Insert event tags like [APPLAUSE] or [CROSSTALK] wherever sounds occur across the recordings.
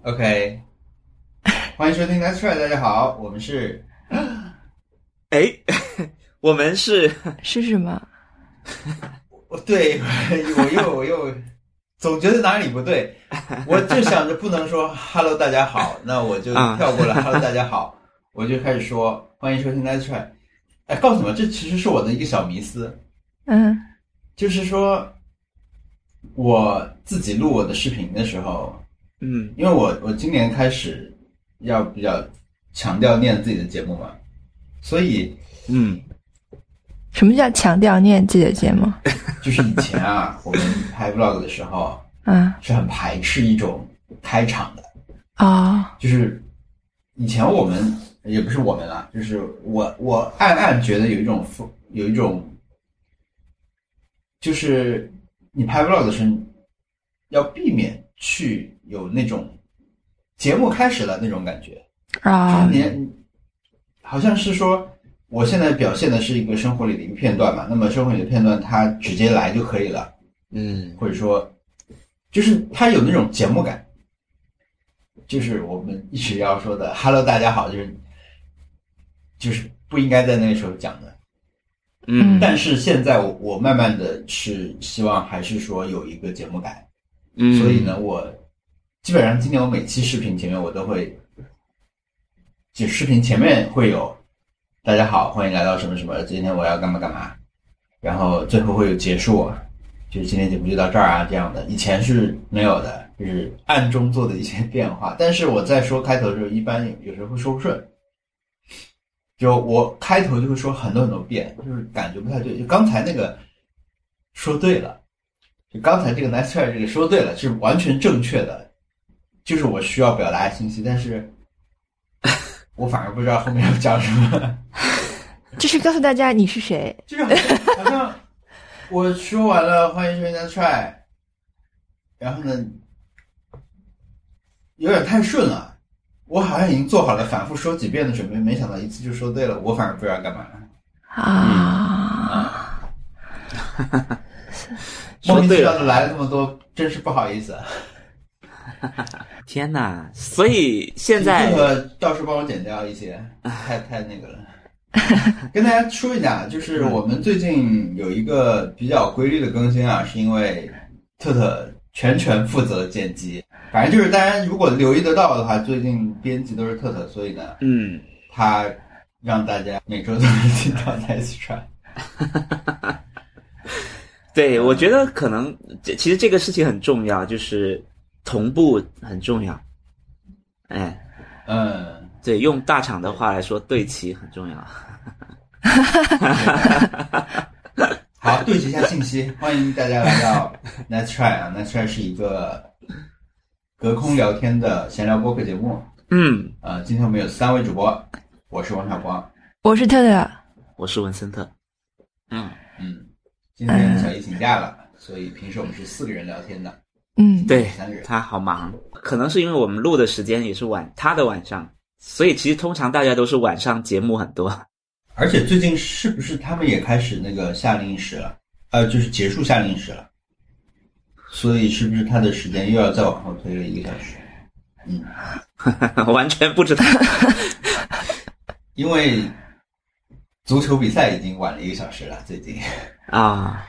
OK，欢迎收听 That's Right，大家好，我们是哎，我们是是什么？我对 [LAUGHS] 我又我又总觉得哪里不对，我就想着不能说 Hello 大家好，那我就啊跳过了 Hello 大家好，我就开始说欢迎收听 That's Right。哎，告诉你们，这其实是我的一个小迷思，嗯就是说我自己录我的视频的时候，嗯因为我我今年开始要比较强调念自己的节目嘛，所以嗯，，什么叫强调念自己的节目？就是以前啊，我们拍 vlog 的时候啊是很排斥一种开场的，哦，就是以前我们也不是我们啊，就是我我暗暗觉得有一种风有一种，就是你拍 vlog 的时候要避免去有那种节目开始了那种感觉。啊今年好像是说，我现在表现的是一个生活里的一个片段嘛，那么生活里的片段它直接来就可以了，嗯或者说，就是它有那种节目感，就是我们一直要说的 “hello，大家好”，就是就是不应该在那个时候讲的。嗯但是现在我我慢慢的是希望还是说有一个节目感，嗯，所以呢，我基本上今年我每期视频前面我都会，就视频前面会有“大家好，欢迎来到什么什么，今天我要干嘛干嘛”，然后最后会有结束，啊就是今天节目就到这儿啊这样的。以前是没有的，就是暗中做的一些变化。但是我在说开头的时候，一般有有时候会说不顺。就我开头就会说很多很多遍，就是感觉不太对。就刚才那个说对了，就刚才这个 nice try 这个说对了，是完全正确的，就是我需要表达的信息，但是我反而不知道后面要讲什么，就是告诉大家你是谁。就是好像好像我说完了欢迎收听 nice try，然后呢，有点太顺了，我好像已经做好了反复说几遍的准备，没想到一次就说对了，我反而不知道干嘛，啊，莫说名对其了妙的来了这么多，真是不好意思。啊天哪！所以现在这个到时候帮我剪掉一些，太太那 [LAUGHS] 个了。跟大家说一下，就是嗯我们最近有一个比较规律的更新啊，是因为特特全权负责剪辑。反正就是大家如果留意得到的话，最近编辑都是特特，所以呢，嗯他让大家每周都能听到 Nice Try。对，我觉得可能这其实这个事情很重要，就是同步很重要。哎，嗯，对，用大厂的话来说，对齐很重要。 [LAUGHS] 好，对齐一下信息，欢迎大家来到 [LAUGHS] Nice Try 啊，Nice Try 是一个隔空聊天的闲聊播客节目。嗯，呃，今天我们有三位主播，我是王小光，我是特特。我是文森特。嗯，嗯，今天小姨请假了，所以平时我们是四个人聊天的，嗯，对三个人他好忙，可能是因为我们录的时间也是晚，他的晚上，所以其实通常大家都是晚上节目很多。 [LAUGHS] 而且最近是不是他们也开始那个夏令时了？呃，就是结束夏令时了，所以是不是他的时间又要再往后推了一个小时？完全不知道。因为足球比赛已经晚了一个小时了，最近， [LAUGHS] 啊！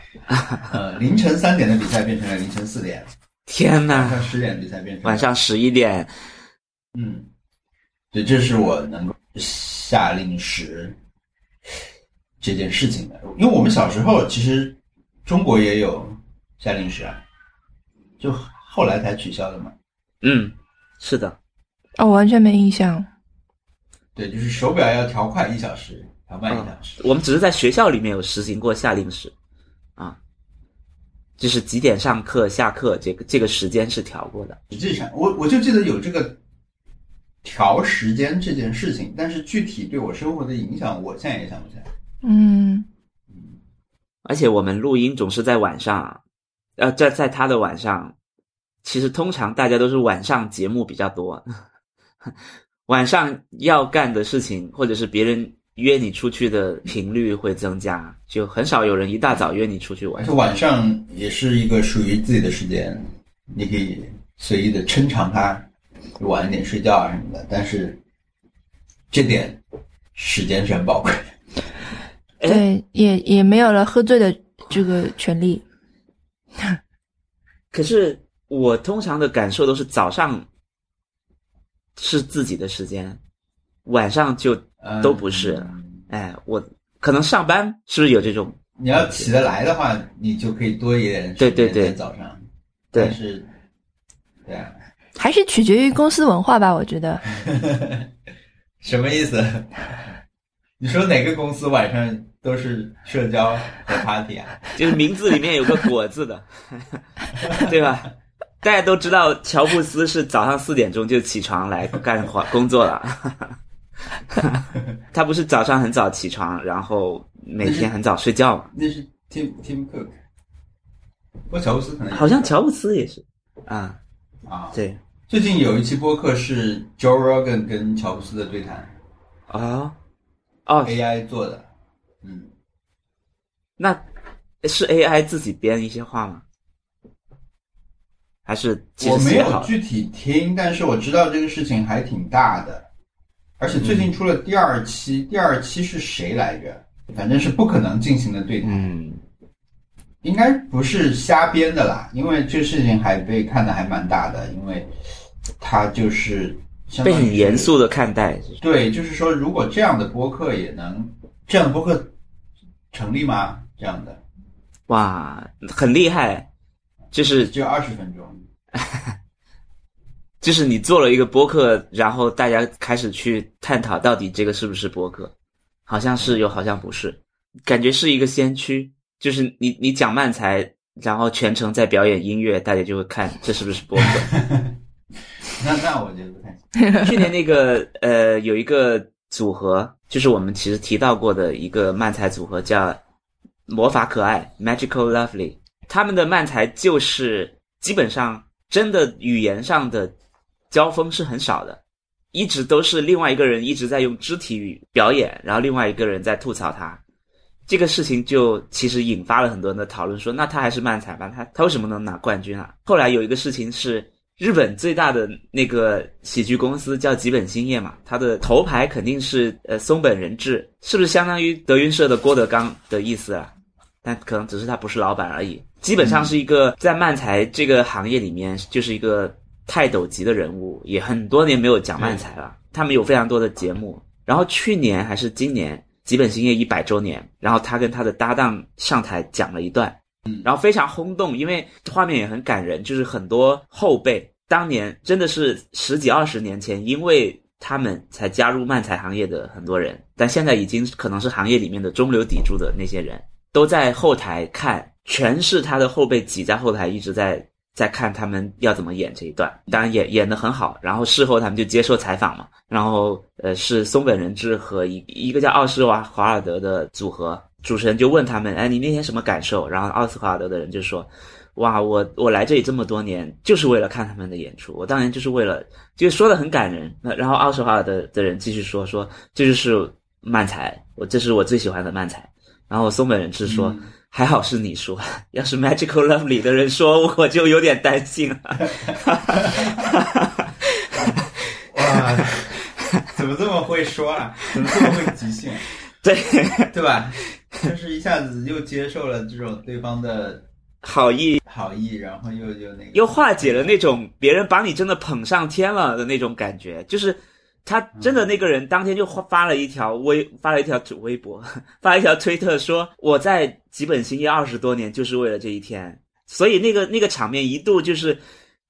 呃，凌晨三点的比赛变成了凌晨四点，天晚呐，上十点的比赛变成了晚上十一点，嗯，对，这是我能够下令时这件事情的，因为我们小时候其实中国也有夏令时啊，就后来才取消的嘛。嗯，是的，哦，我完全没印象。对，就是手表要调快一小时，调慢一小时。我们只是在学校里面有实行过夏令时，啊，就是几点上课、下课，这个这个时间是调过的。实际上，我我就记得有这个调时间这件事情，但是具体对我生活的影响，我现在也想不起来。嗯，而且我们录音总是在晚上，呃，在在他的晚上，其实通常大家都是晚上节目比较多， [LAUGHS] 晚上要干的事情或者是别人约你出去的频率会增加，就很少有人一大早约你出去玩而且。晚上也是一个属于自己的时间，你可以随意的抻长它，就晚一点睡觉啊什么的。但是这点时间是很宝贵的。哎对，也也没有了喝醉的这个权利。可是我通常的感受都是早上是自己的时间，晚上就嗯都不是哎，我可能上班是不是有这种？你要起得来的话，你就可以多一点时间对对对在早上。对但是，对啊，还是取决于公司文化吧，我觉得。什么意思？ [LAUGHS] 你说哪个公司晚上都是社交和 party 啊？就是名字里面有个“果”字的， [LAUGHS] 对吧？大家都知道，乔布斯是早上四点钟就起床来干活工作了。 [LAUGHS] 他不是早上很早起床，然后每天很早睡觉吗？那是 Tim Tim Cook，不过乔布斯可能也好像乔布斯也是啊，啊。对最近有一期播客是 Joe Rogan 跟乔布斯的对谈哦哦， ，AI 做的。嗯，那是 AI 自己编一些话吗？还是其我实没写好有了？具体听，但是我知道这个事情还挺大的，而且最近嗯出了第二期，第二期是谁来着？反正是不可能进行的对谈。嗯，应该不是瞎编的啦，因为这事情还被看得还蛮大的，因为它就是相被当于是很严。肃的看待。对，就是说，如果这样的播客也能这样的播客成立吗？这样的哇，很厉害！就是只有二十分钟，就是你做了一个播客，然后大家开始去探讨到底这个是不是播客，好像是又好像不是，感觉是一个先驱。就是你你讲慢才，然后全程在表演音乐，大家就会看这是不是播客。那那我觉得不太行。 [LAUGHS] 去年那个呃，有一个组合，就是我们其实提到过的一个漫才组合，叫魔法可爱 （Magical Lovely）。他们的漫才就是基本上真的语言上的交锋是很少的，一直都是另外一个人一直在用肢体语表演，然后另外一个人在吐槽他。这个事情就其实引发了很多人的讨论说那他还是漫才吧，他他为什么能拿冠军啊？后来有一个事情是，日本最大的那个喜剧公司叫吉本兴业嘛，它的头牌肯定是呃松本人志，是不是相当于德云社的郭德纲的意思啊？但可能只是他不是老板而已，基本上是一个在漫才这个行业里面就是一个泰斗级的人物，也很多年没有讲漫才了。他们有非常多的节目，然后去年还是今年，吉本兴业一百周年，然后他跟他的搭档上台讲了一段，然后非常轰动，因为画面也很感人，就是很多后辈当年真的是十几二十年前，因为他们才加入漫才行业的很多人，但现在已经可能是行业里面的中流砥柱的那些人，都在后台看，全是他的后辈挤在后台一直在。在看他们要怎么演这一段，当然演演得很好。然后事后他们就接受采访嘛，然后呃是松本人志和一一个叫奥斯华华尔德的组合，主持人就问他们，哎，你那天什么感受？然后奥斯华尔德的人就说，哇，我我来这里这么多年，就是为了看他们的演出，我当然就是为了，就说的很感人。那然后奥斯华尔德的人继续说说，这就是漫才，我这是我最喜欢的漫才。然后松本人志说。嗯还好是你说，要是 Magical Lovely 的人说，我就有点担心了。哇， [LAUGHS] 怎么这么会说啊？怎么这么会即兴啊、 [LAUGHS] 对，对吧？就是一下子又接受了这种对方的好意好意，然后又又那个又化解了那种别人把你真的捧上天了的那种感觉，就是他真的那个人当天就发了一条微发了一条微博， [LAUGHS] 发了一条推特说我在吉本兴业二十多年就是为了这一天，所以那个那个场面一度就是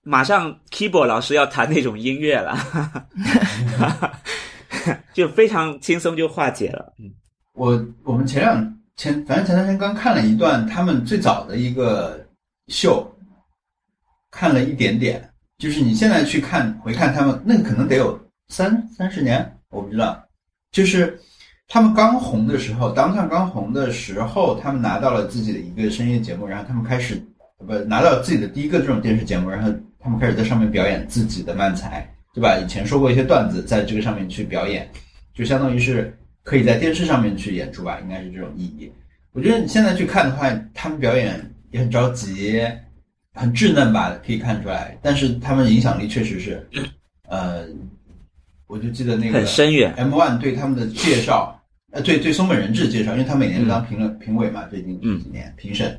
马上 keyboard 老师要弹那种音乐了， [LAUGHS] 就非常轻松就化解了。我我们前两前反正前段时间刚看了一段他们最早的一个秀，看了一点点。就是你现在去看回看他们，那个可能得有三三十年，我不知道。就是他们刚红的时候，当上刚红的时候，他们拿到了自己的一个深夜节目，然后他们开始不拿到自己的第一个这种电视节目，然后他们开始在上面表演自己的漫才，对吧？以前说过一些段子，在这个上面去表演，就相当于是可以在电视上面去演出吧，应该是这种意义。我觉得你现在去看的话，他们表演也很着急，很稚嫩吧，可以看出来，但是他们影响力确实是，呃，我就记得那个很深远。 M One 对他们的介绍，呃，对对松本人志的介绍，因为他每年都当评论、评委嘛，最近嗯几年评审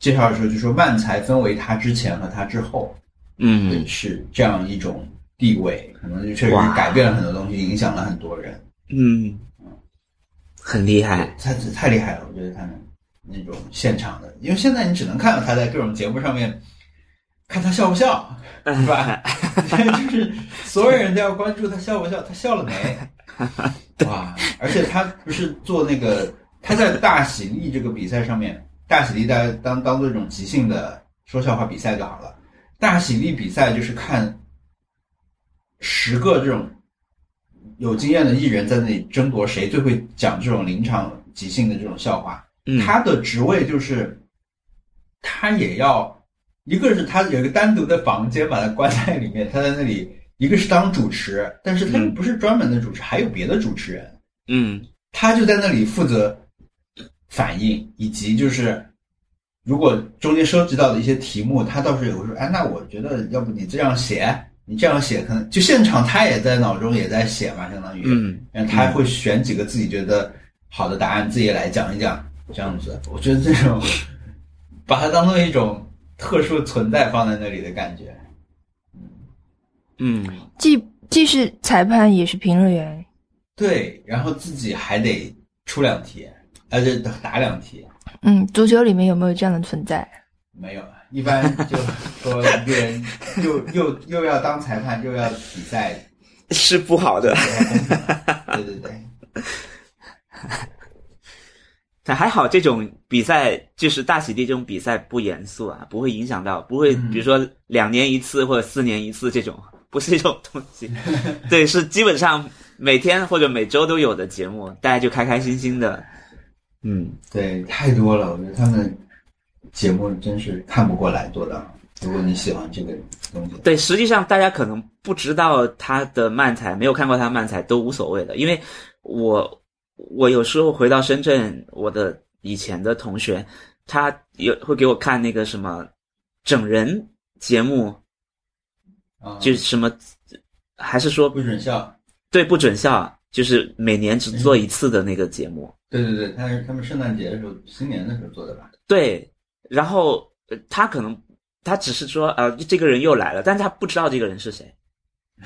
介绍的时候就说万才分为他之前和他之后，嗯是这样一种地位，可能就确实是哇改变了很多东西，影响了很多人。嗯，很厉害。太太厉害了，我觉得他们那种现场的，因为现在你只能看到他在各种节目上面，看他笑不笑，是吧？就是所有人都要关注他笑不笑，他笑了没？哇！而且他不是做那个，他在大喜力这个比赛上面，大喜力大家当当做一种即兴的说笑话比赛就好了。大喜力比赛就是看十个这种有经验的艺人在那里争夺谁最会讲这种临场即兴的这种笑话。嗯他的职位就是，他也要一个是他有一个单独的房间把他关在里面，他在那里一个是当主持，但是他又嗯不是专门的主持，还有别的主持人，嗯他就在那里负责反应以及就是。如果中间收集到的一些题目，他倒是有时候，哎，那我觉得要不你这样写，你这样写可能就现场他也在脑中也在写嘛，相当于，嗯然后他会选几个自己觉得好的答案，自己来讲一讲，这样子。我觉得这种把它当做一种特殊存在放在那里的感觉，嗯，既既是裁判也是评论员，对。然后自己还得出两题，而且答两题，嗯，足球里面有没有这样的存在？没有，一般就说一个人又又又要当裁判，又要比赛，是不好的。又要公平对对对，但还好，这种比赛就是大喜地这种比赛不严肃啊，不会影响到，不会嗯比如说两年一次或者四年一次这种，不是这种东西。对，是基本上每天或者每周都有的节目，大家就开开心心的。嗯，对，太多了，我觉得他们节目真是看不过来做的。如果你喜欢这个东西，对，实际上大家可能不知道他的漫才，没有看过他的漫才都无所谓的，因为我我有时候回到深圳，我的以前的同学，他有会给我看那个什么整人节目，啊就是什么，还是说不准笑。对不准笑，就是每年只做一次的那个节目，对对对，他是他们圣诞节的时候、新年的时候做的吧？对，然后呃他可能他只是说呃这个人又来了，但他不知道这个人是谁，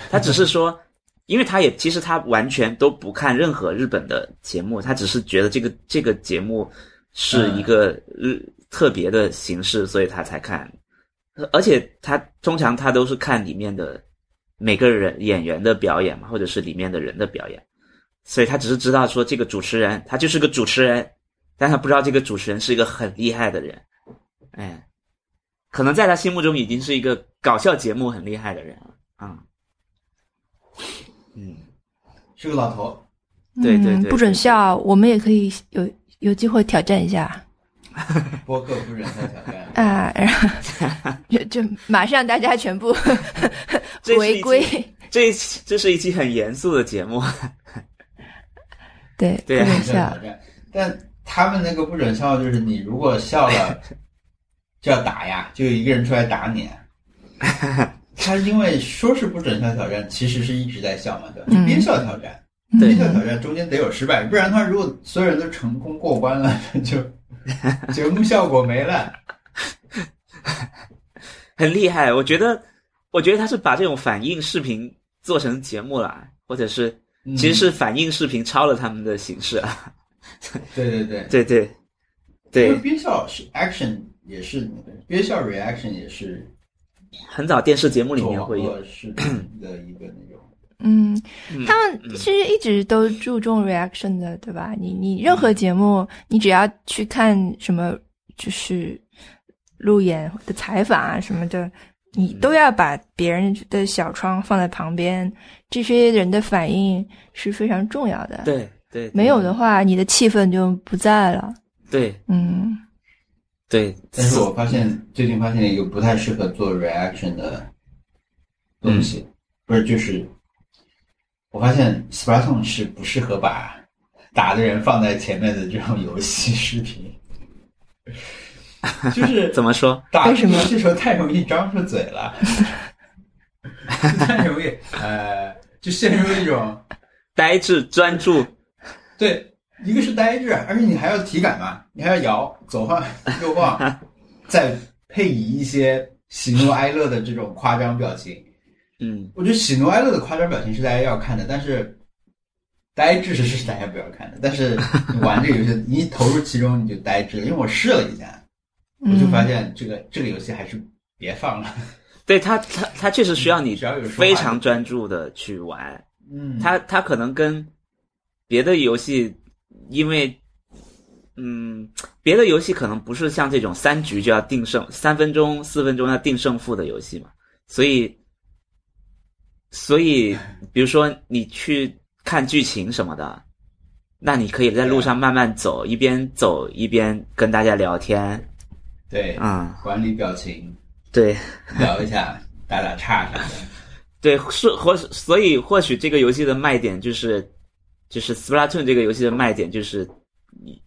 他只是说，因为他也其实他完全都不看任何日本的节目，他只是觉得这个这个节目是一个日特别的形式，所以他才看，呃而且他通常他都是看里面的每个人演员的表演嘛，或者是里面的人的表演。所以他只是知道说这个主持人，他就是个主持人，但他不知道这个主持人是一个很厉害的人，哎，可能在他心目中已经是一个搞笑节目很厉害的人了啊、嗯，是个老头，对对对嗯，对不准笑，我们也可以有有机会挑战一下播客不准笑挑战。啊，然后就就马上大家全部这是一回归， [LAUGHS] 这一期这是一期很严肃的节目，对，对啊不准不准笑挑，战，但他们那个不准笑就是你如果笑了，就要打呀，就有一个人出来打你。他因为说是不准笑挑战，其实是一直在笑嘛，对吧？嗯憋笑挑战，对憋笑挑战中间得有失败，不然他如果所有人都成功过关了，就节目效果没了。很厉害。我觉得，我觉得他是把这种反应视频做成节目了，或者是嗯其实是反应视频抄了他们的形式啊。对对对，对对因对嗯为，憋笑是 action 也是那个憋笑 reaction 也是很早电视节目里做面网会有络视频的一个那种。嗯，嗯他们其实一直都注重 reaction 的，对吧？你你任何节目，你只要去看什么，就是路演的采访啊什么的，你嗯都要把别人的小窗放在旁边，这些人的反应是非常重要的。，对对，没有的话，你的气氛就不在了。对嗯，对，但是我发现最近发现一个不太适合做 reaction 的东西，不是就是我发现 s p a t o n 是不适合把打的人放在前面的这种游戏视频，就是怎么说？打为什么这时候太容易张出嘴了。 [LAUGHS] 太容易呃，就陷入一种呆滞专注，对，一个是呆滞，而且你还要体感嘛，你还要摇左 [LAUGHS] 晃右晃，再配以一些喜怒哀乐的这种夸张表情。嗯，我觉得喜怒哀乐的夸张表情是大家要看的，但是呆滞是大家不要看的。但是你玩这个游戏，你一投入其中你就呆滞了，因为我试了一下，嗯我就发现这个、这个游戏还是别放了。对他他他确实需要你嗯只要有说话非常专注的去玩，嗯，他他可能跟别的游戏，因为嗯，别的游戏可能不是像这种三局就要定胜，三分钟四分钟要定胜负的游戏嘛，所以所以比如说你去看剧情什么的，那你可以在路上慢慢走，一边走一边跟大家聊天对，啊、管理表情，对。聊一下，打打岔啥的。对，是或所以或许这个游戏的卖点就是，就是 Splatoon 这个游戏的卖点就是，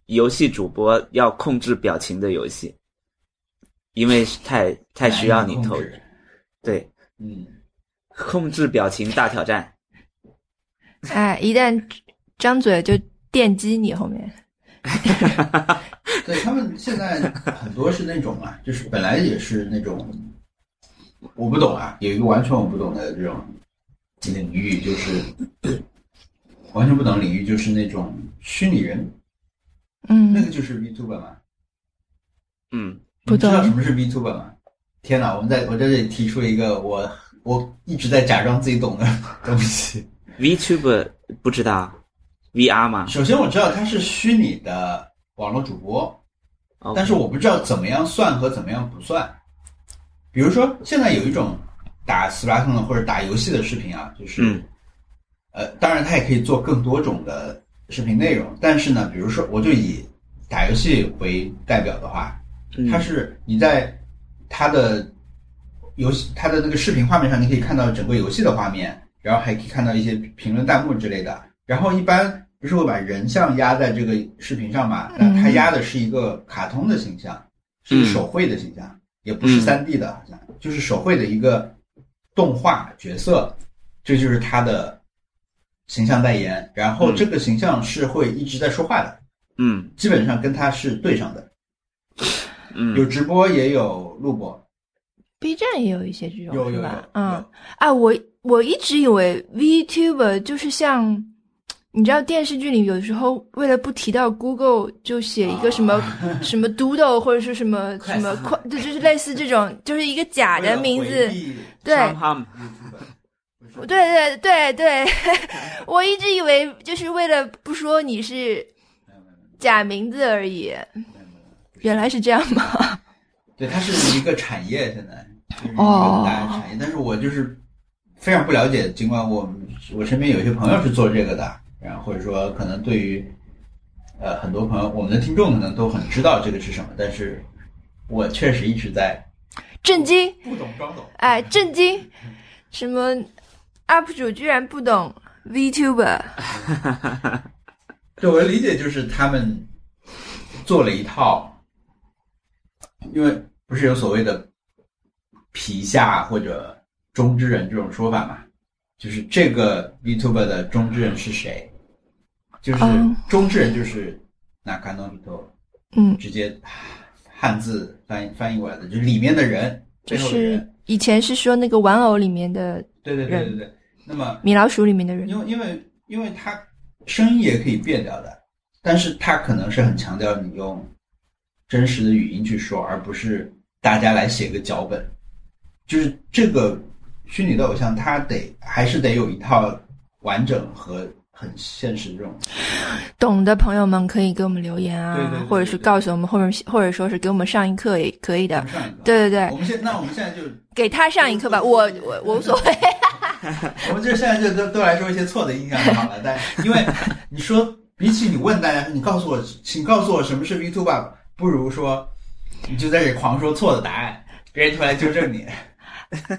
游戏主播要控制表情的游戏，因为太太需要你难以控投制对嗯，控制表情大挑战，哎，一旦张嘴就电击你后面，对他们现在很多是那种啊，就是本来也是那种，我不懂啊，有一个完全我不懂的这种领域，就是 [COUGHS] 完全不懂领域，就是那种虚拟人，那嗯个，就是 VTuber 嘛。嗯，不懂你知道什么是 VTuber 吗？天哪，我们在我在这里提出一个我我一直在假装自己懂的东西。 [LAUGHS] VTuber 不知道 VR 吗首先我知道它是虚拟的网络主播， ？OK？但是我不知道怎么样算和怎么样不算。比如说，现在有一种打 s p l a t o n 或者打游戏的视频啊，就是、嗯呃，当然它也可以做更多种的视频内容，但是呢，比如说我就以打游戏为代表的话，它嗯是你在它的游戏它的那个视频画面上，你可以看到整个游戏的画面，然后还可以看到一些评论弹幕之类的。然后一般不是会把人像压在这个视频上嘛？那嗯它压的是一个卡通的形象，是一个手绘的形象，也不是嗯三 D 的，好像就是手绘的一个动画角色，这就是它的形象代言。然后嗯这个形象是会一直在说话的，嗯基本上跟它是对上的。有嗯，直播也有录播， ，B 站也有一些这种，有是有吧有？嗯，啊，我我一直以为 VTuber 就是像。你知道电视剧里有时候为了不提到 Google，就写一个什么、啊 [LAUGHS] 什么 Doodle 或者是什么什么快，对就是类似这 [LAUGHS] 种，就是一个假的名字。对 Somehow 对对对对， [LAUGHS] 我一直以为就是为了不说你是假名字 [LAUGHS] 而已，原来是这样吗？对，它是一个产业，现在就是一个哦很大的产业。但是我就是非常不了解，尽管我我身边有些朋友是做这个的，然后或者说可能对于呃很多朋友，我们的听众可能都很知道这个是什么，但是我确实一直在震惊！不懂装懂。哎，震惊！什么 UP 主居然不懂 VTuber？对我的理解就是他们做了一套，因为不是有所谓的皮下或者中之人这种说法嘛，就是这个 VTuber 的中之人是谁？就是嗯中之人就是那卡诺里头嗯，直接汉字翻译翻译过来的，就是里面的人，就背后的人是。以前是说那个玩偶里面的对对对对对。那么米老鼠里面的人，因为因为因为它声音也可以变调的，但是它可能是很强调你用真实的语音去说，而不是大家来写个脚本。就是这个虚拟的偶像，他得还是得有一套完整和很现实的这种。懂的朋友们可以给我们留言啊，对对对对或者是告诉我们，或者或者说是给我们上一课也可以的。上一个，啊对对对，我们现那我们现在就，给他上一课吧，我我我无所 [LAUGHS] 谓。我们就现在就都都来说一些错的印象就好了。但因为你说，比起你问大家，你告诉我，请告诉我什么是 VTuber，吧不如说你就在这狂说错的答案，别人出来纠正你。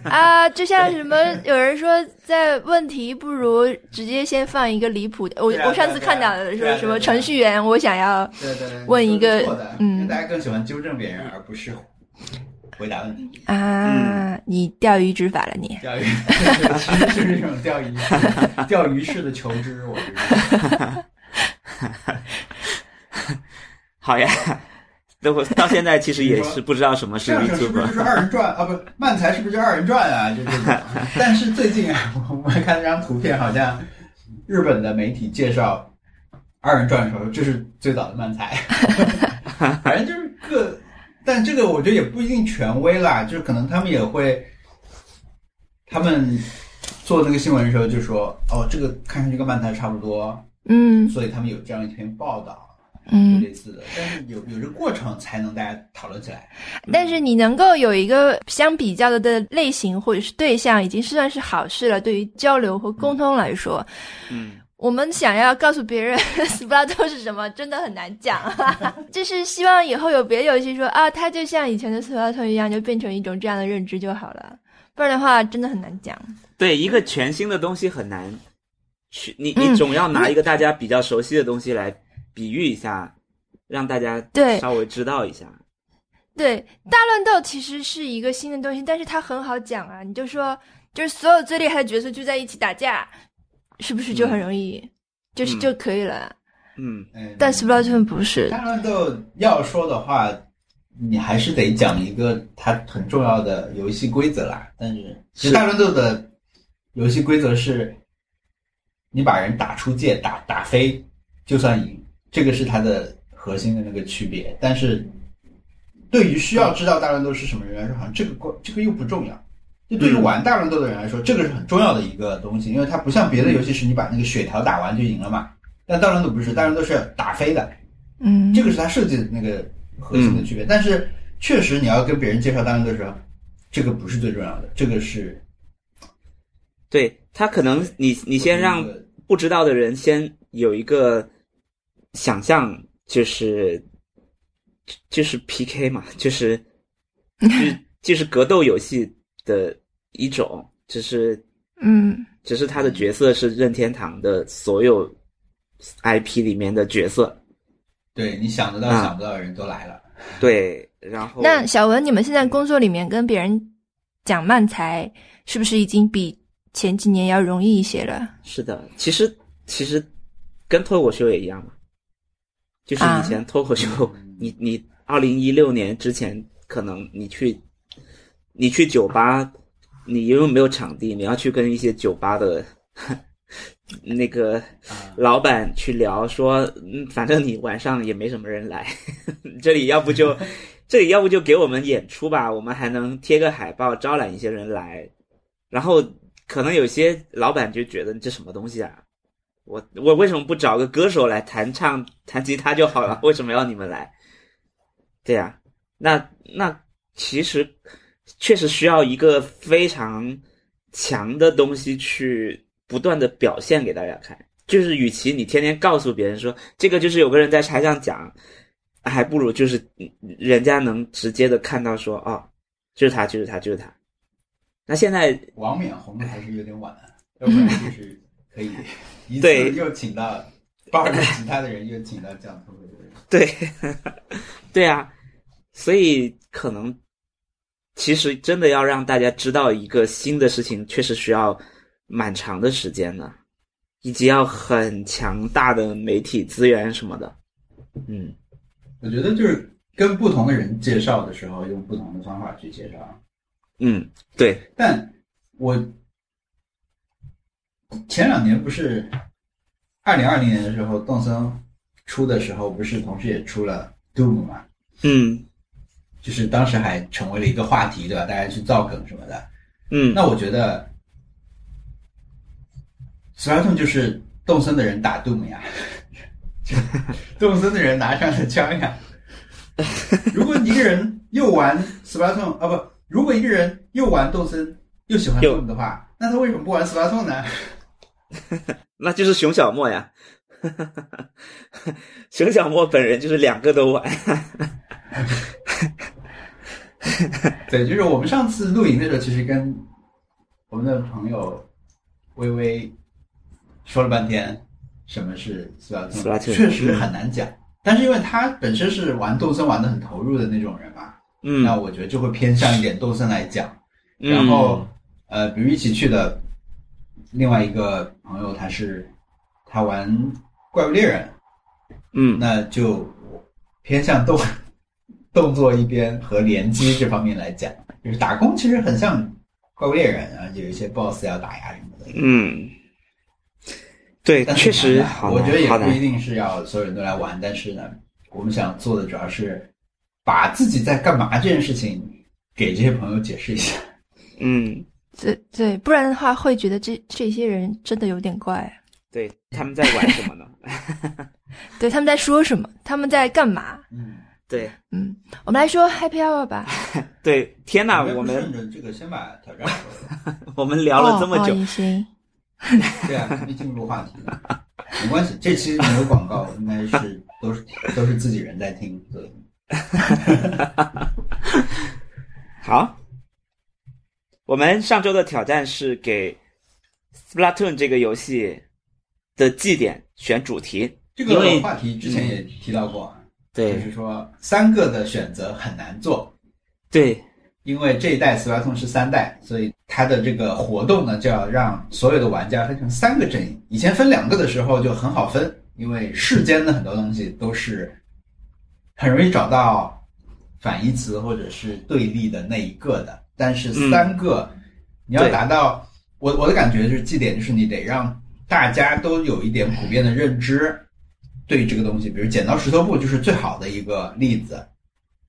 啊，就像什么有人说，在问题不如直接先放一个离谱的。我对啊我上次对啊看到对的啊说对啊什对么啊程序员，我想要对对，对问一都个是错的嗯因为大家更喜欢纠正别人，而不是回答问题，嗯啊，你钓鱼执法了你，钓鱼 [LAUGHS] 其实是那种钓鱼钓鱼式的求知，我觉得好呀， [LAUGHS] 都我到现在其实也是不知道什么是相声是不是就 VTuber 是二人转啊？不，漫才是不是就是二人转啊？就这种。但是最近啊，我我看那张图片，好像日本的媒体介绍二人转的时候，这是最早的漫才，反正就是各，但这个我觉得也不一定权威啦，就是可能他们也会，他们做那个新闻的时候就说，哦，这个看上去跟漫才差不多，嗯所以他们有这样一篇报道。就嗯，类似的，但是有有这个过程才能大家讨论起来。但是你能够有一个相比较的类型或者是对象，已经算是好事了。对于交流和沟通来说，嗯，我们想要告诉别人 [LAUGHS] s p l a t o 是什么，真的很难讲。就是希望以后有别的游戏说啊，它就像以前的 s p l a t o 一样，就变成一种这样的认知就好了。不然的话，真的很难讲。对，一个全新的东西很难去，你你嗯总要拿一个大家比较熟悉的东西来比喻一下，让大家对稍微知道一下。对，大乱斗其实是一个新的东西，但是它很好讲啊。你就说，就是所有最厉害的角色聚在一起打架，是不是就很容易，就是嗯就可以了？嗯，嗯，但 Splatoon 不是，大乱斗要说的话，你还是得讲一个它很重要的游戏规则啦。但是其实是大乱斗的游戏规则是，你把人打出界、打打飞就算赢，这个是它的核心的那个区别。但是对于需要知道大乱斗是什么人来说，好像这个关这个又不重要。就对于嗯玩大乱斗的人来说，这个是很重要的一个东西，因为它不像别的游戏是你把那个血条打完就赢了嘛。但大乱斗不是，大乱斗是要打飞的，嗯，这个是他设计的那个核心的区别。但是确实，你要跟别人介绍单人的时候，这个不是最重要的，这个是对他可能你你先让我觉得不知道的人先有一个想象，就是就是 PK 嘛， [LAUGHS] 就是就是就是格斗游戏的一种，只是嗯只是他的角色是任天堂的所有 IP 里面的角色，对你想得到、啊想不到的人都来了。对，然后那小文，你们现在工作里面跟别人讲慢才，是不是已经比前几年要容易一些了？是的，其实其实跟脱口秀也一样嘛，就是啊以前脱口秀，嗯你你二零一六年之前，可能你去你去酒吧，你因为没有场地，你要去跟一些酒吧的 [LAUGHS] 那个啊老板去聊说，嗯，反正你晚上也没什么人来， [LAUGHS] 这里要不就这里要不就给我们演出吧，我们还能贴个海报招揽一些人来。然后可能有些老板就觉得这什么东西啊，我我为什么不找个歌手来弹唱弹吉他就好了？ [LAUGHS] 为什么要你们来？对呀、那那其实确实需要一个非常强的东西去不断的表现给大家看。就是与其你天天告诉别人说这个就是有个人在台上讲，还不如就是人家能直接的看到说哦，就是他，就是他，就是他。那现在王冕红的还是有点晚， [LAUGHS] 要不然就是可以一次对又请到抱着吉他的人，又请到讲脱口秀的人。 [LAUGHS] 对，对啊，所以可能其实真的要让大家知道一个新的事情，确实需要蛮长的时间的，以及要很强大的媒体资源什么的。嗯，我觉得就是跟不同的人介绍的时候，用不同的方法去介绍。嗯，对，但我前两年不是二零二零年的时候，动森出的时候，不是同时也出了 Doom 嘛？嗯就是当时还成为了一个话题，对吧？大家去造梗什么的。嗯，那我觉得 s p l a t o n 就是动森的人打 Doom 呀， [LAUGHS] 就动森的人拿上了枪 [LAUGHS] 呀。如果你一个人又玩 s p l a t o n 啊不，如果一个人又玩动森又喜欢又 Doom 的话，那他为什么不玩 s p l a t o n 呢？那就是熊小莫呀。 [LAUGHS] 熊小莫本人就是两个都玩，对，就是我们上次露营的时候，其实跟我们的朋友微微说了半天什么是 Splatoon，嗯 Splatoon，确实很难讲。但是因为他本身是玩动森玩的很投入的那种人嘛，嗯那我觉得就会偏向一点豆森来讲。嗯然后呃，比如一起去的另外一个朋友，他是他玩怪物猎人，嗯那就偏向动动作一边和联机这方面来讲，就是打工其实很像怪物猎人啊，有一些 BOSS 要打呀什么的。嗯，对，但是确很难实打好我难，觉得也好不一难。定是要所有人都来玩，但是呢，我们想做的主要是把自己在干嘛这件事情给这些朋友解释一下。嗯，对对，不然的话会觉得这这些人真的有点怪。啊对，他们在玩什么呢？对，他们在说什么？他们在干嘛？嗯，对嗯，我们来说 Happy Hour 吧。对，[LAUGHS] 天哪，我要不顺们着这个先把挑战说了。我们聊了这么久哦哦、，也行。对啊，没进入话题， [LAUGHS] 没关系，这期没有广告，应该是都是都是自己人在听，所以好，我们上周的挑战是给 Splatoon 这个游戏的祭点选主题。这因个为话题之前也提到过啊，就对是说三个的选择很难做，对，因为这一代 Splatoon 是三代，所以它的这个活动呢，就要让所有的玩家分成三个阵营。以前分两个的时候就很好分，因为世间的很多东西都是很容易找到反义词或者是对立的那一个的，但是三个、你要对达到我我的感觉就是绩点就是你得让大家都有一点普遍的认知，对于这个东西，比如剪刀石头布就是最好的一个例子，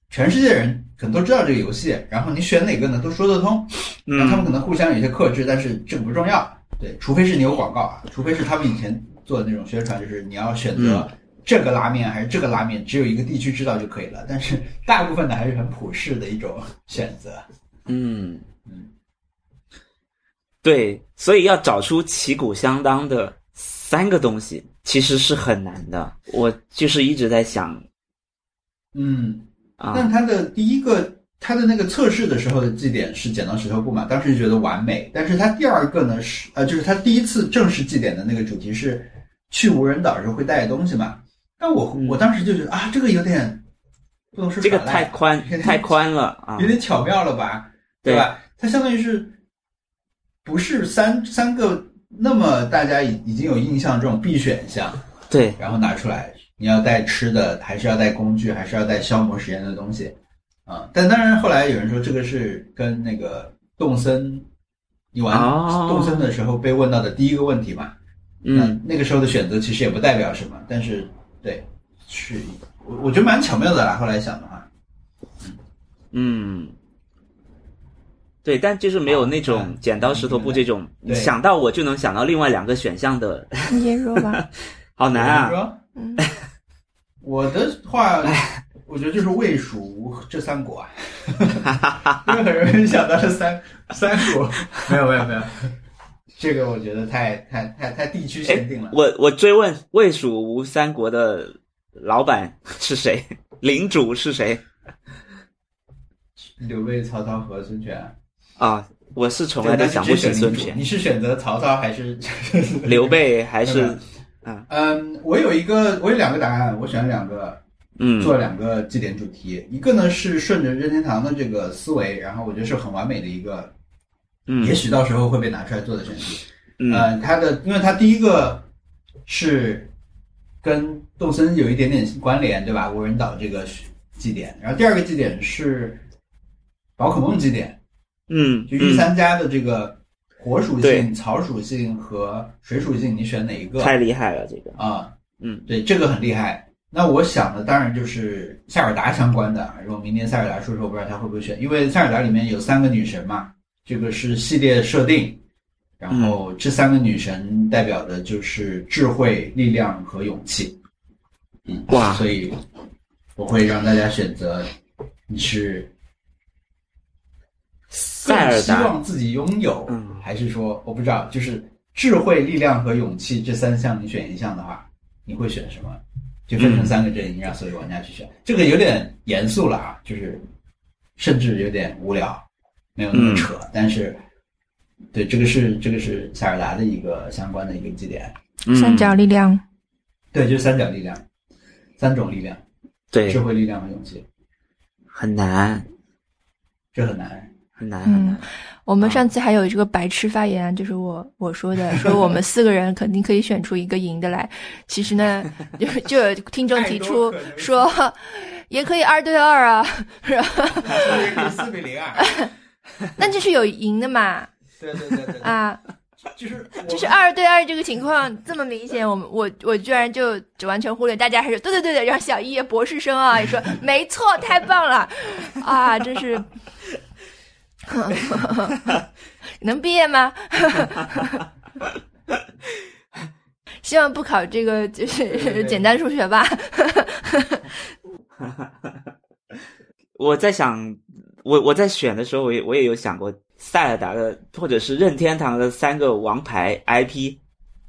全世界人可能都知道这个游戏，然后你选哪个呢都说得通，那他们嗯可能互相有一些克制，但是这个不重要，对，除非是你有广告啊，除非是他们以前做的那种宣传，就是你要选择这个拉面还是这个拉面，只有一个地区知道就可以了，但是大部分的还是很普世的一种选择，嗯嗯，对，所以要找出旗鼓相当的三个东西，其实是很难的。我就是一直在想嗯。但啊，他的第一个，他的那个测试的时候的绩点是剪刀石头布嘛，当时觉得完美。但是他第二个呢是，呃，就是他第一次正式绩点的那个主题是去无人岛的时候会带东西嘛。但我我当时就觉得啊，这个有点不能说嗯这个耍赖太宽 [LAUGHS] 太宽了啊有，点巧妙了吧？对吧？它相当于是不是三三个那么大家已已经有印象这种必选项，对然后拿出来，你要带吃的，还是要带工具，还是要带消磨时间的东西啊、但当然，后来有人说这个是跟那个动森，你玩哦动森的时候被问到的第一个问题嘛。嗯，那那个时候的选择其实也不代表什么，但是对，是我我觉得蛮巧妙的啦。后来想的话，嗯，对，但就是没有那种剪刀石头布这种，对想到我就能想到另外两个选项的，你先说吧。好难我就啊！说嗯，我的话，我觉得就是魏蜀这三国啊， [LAUGHS] 因为很容易想到这三三国。没有没有没有，这个我觉得太太太太地区限定了。我我追问魏蜀吴三国的老板是谁， [LAUGHS] 领主是谁刘备、曹操和孙权啊，啊？我是从来都想不对起那就直接选孙领主权、你是选择曹操还是 [LAUGHS] 刘？备还没是有嗯，我有一个，我有两个答案，我选了两个。嗯做了两个祭典主题，一个呢是顺着任天堂的这个思维，然后我觉得是很完美的一个，嗯也许到时候会被拿出来做的选题。嗯呃，它的因为它第一个是跟动森有一点点关联，对吧？无人岛这个祭典，然后第二个祭典是宝可梦祭典，嗯就御嗯，三家的这个火属对性、草属性和水属性，你选哪一个？太厉害了这个，啊，嗯，对，这个很厉害。那我想的当然就是塞尔达相关的。啊如果明年塞尔达出的时候，我不知道他会不会选，因为塞尔达里面有三个女神嘛，这个是系列设定。然后这三个女神代表的就是智慧、力量和勇气。嗯，哇所以我会让大家选择你是更塞尔希达，望自己拥有，嗯还是说我不知道，就是智慧、力量和勇气这三项你选一项的话，你会选什么？就分成嗯三个阵营，让所有玩家去选。这个有点严肃了啊，就是甚至有点无聊，没有那么嗯扯。但是，对，这个是这个是塞尔达的一个相关的一个祭点，嗯三角力量。对，就是三角力量，三种力量：对智慧、力量和勇气。很难，这很难。 [LAUGHS] 很难很嗯难。，我们啊上次还有这个白痴发言，啊就是我我 [LAUGHS] 说的，说我们四个人肯定可以选出一个赢的来。其实呢， [LAUGHS] 就就有听众提出 [LAUGHS] 太多可能说， [LAUGHS] 也可以二对二啊，四比零啊！那就是有赢的嘛对对对对，啊，就是就是二对二这个情况这么明显，我们我我居然就就完全忽略，大家还是对对对的，让小叶博士生啊也说没错，太棒了啊，真是。 [LAUGHS] 能毕业吗？ [LAUGHS] 希望不考这个就对是对简单数学吧。我在想，我我在选的时候，我也我也有想过塞尔达的或者是任天堂的三个王牌 IP，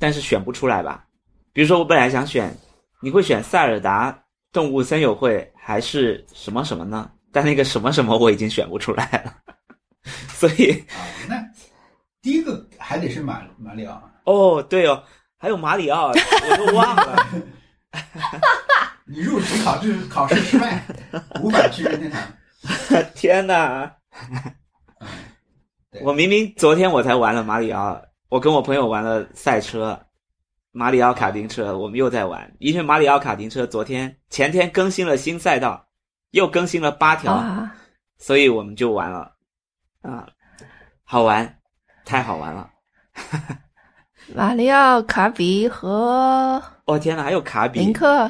但是选不出来吧。比如说，我本来想选，你会选塞尔达、动物森友会还是什么什么呢？但那个什么什么我已经选不出来了， [LAUGHS] 所以啊，那第一个还得是马马里奥，啊哦，对哦，还有马里奥，我都忘了。你入职考试考试失败，无法去任天堂。 [LAUGHS] 天哪！对我明明昨天我才玩了马里奥，我跟我朋友玩了赛车，马里奥卡丁车，我们又在玩，因为马里奥卡丁车昨天前天更新了新赛道，又更新了八条，啊，所以我们就玩了，啊，好玩，太好玩了！马里奥、卡比和哦天哪，还有卡比林克，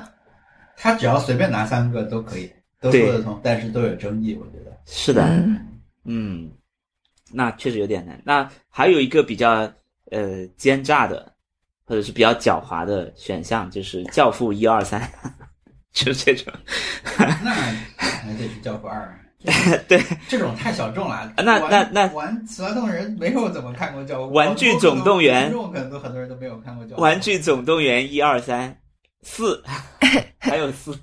他只要随便拿三个都可以，都说得通，但是都有争议，我觉得。是的，嗯嗯，那确实有点难。那还有一个比较呃奸诈的，或者是比较狡猾的选项，就是《教父》一二三， [LAUGHS] 就是这种。那还得是教父二，啊 [LAUGHS] 对，啊这种太小众了。那玩那那玩死亡动物人没有怎么看过教父，玩具总动员观众很多很多人都没有看过教《父。玩具总动员》一二三四， [LAUGHS] 还有四，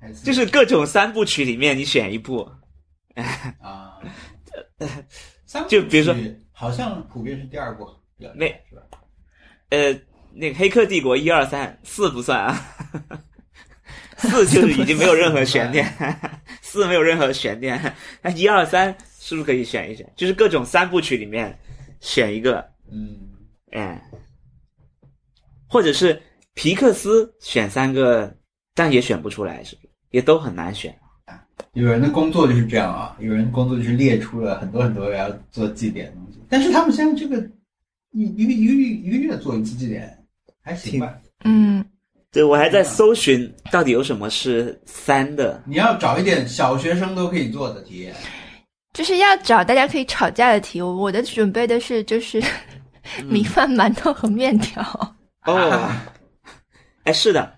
还是就是各种三部曲里面你选一部。 [LAUGHS] 啊，三部就比如说曲好像普遍是第二部比较厉害是吧？呃，那个《黑客帝国》一二三四不算啊，四就是已经没有任何悬念， [LAUGHS] 四没有任何悬念，那一二三是不是可以选一选？就是各种三部曲里面选一个，嗯，嗯，或者是皮克斯选三个，但也选不出来，是不是？也都很难选。有人的工作就是这样啊，有人工作就是列出了很多很多要做祭典的东西，但是他们现在这个一一个一个月一个月做一次祭典，还行吧。嗯，对，我还在搜寻到底有什么是三的，你要找一点小学生都可以做的体验，就是要找大家可以吵架的题。我我的准备的是就是嗯米饭、馒头和面条。 [LAUGHS] 哦，哎，是的，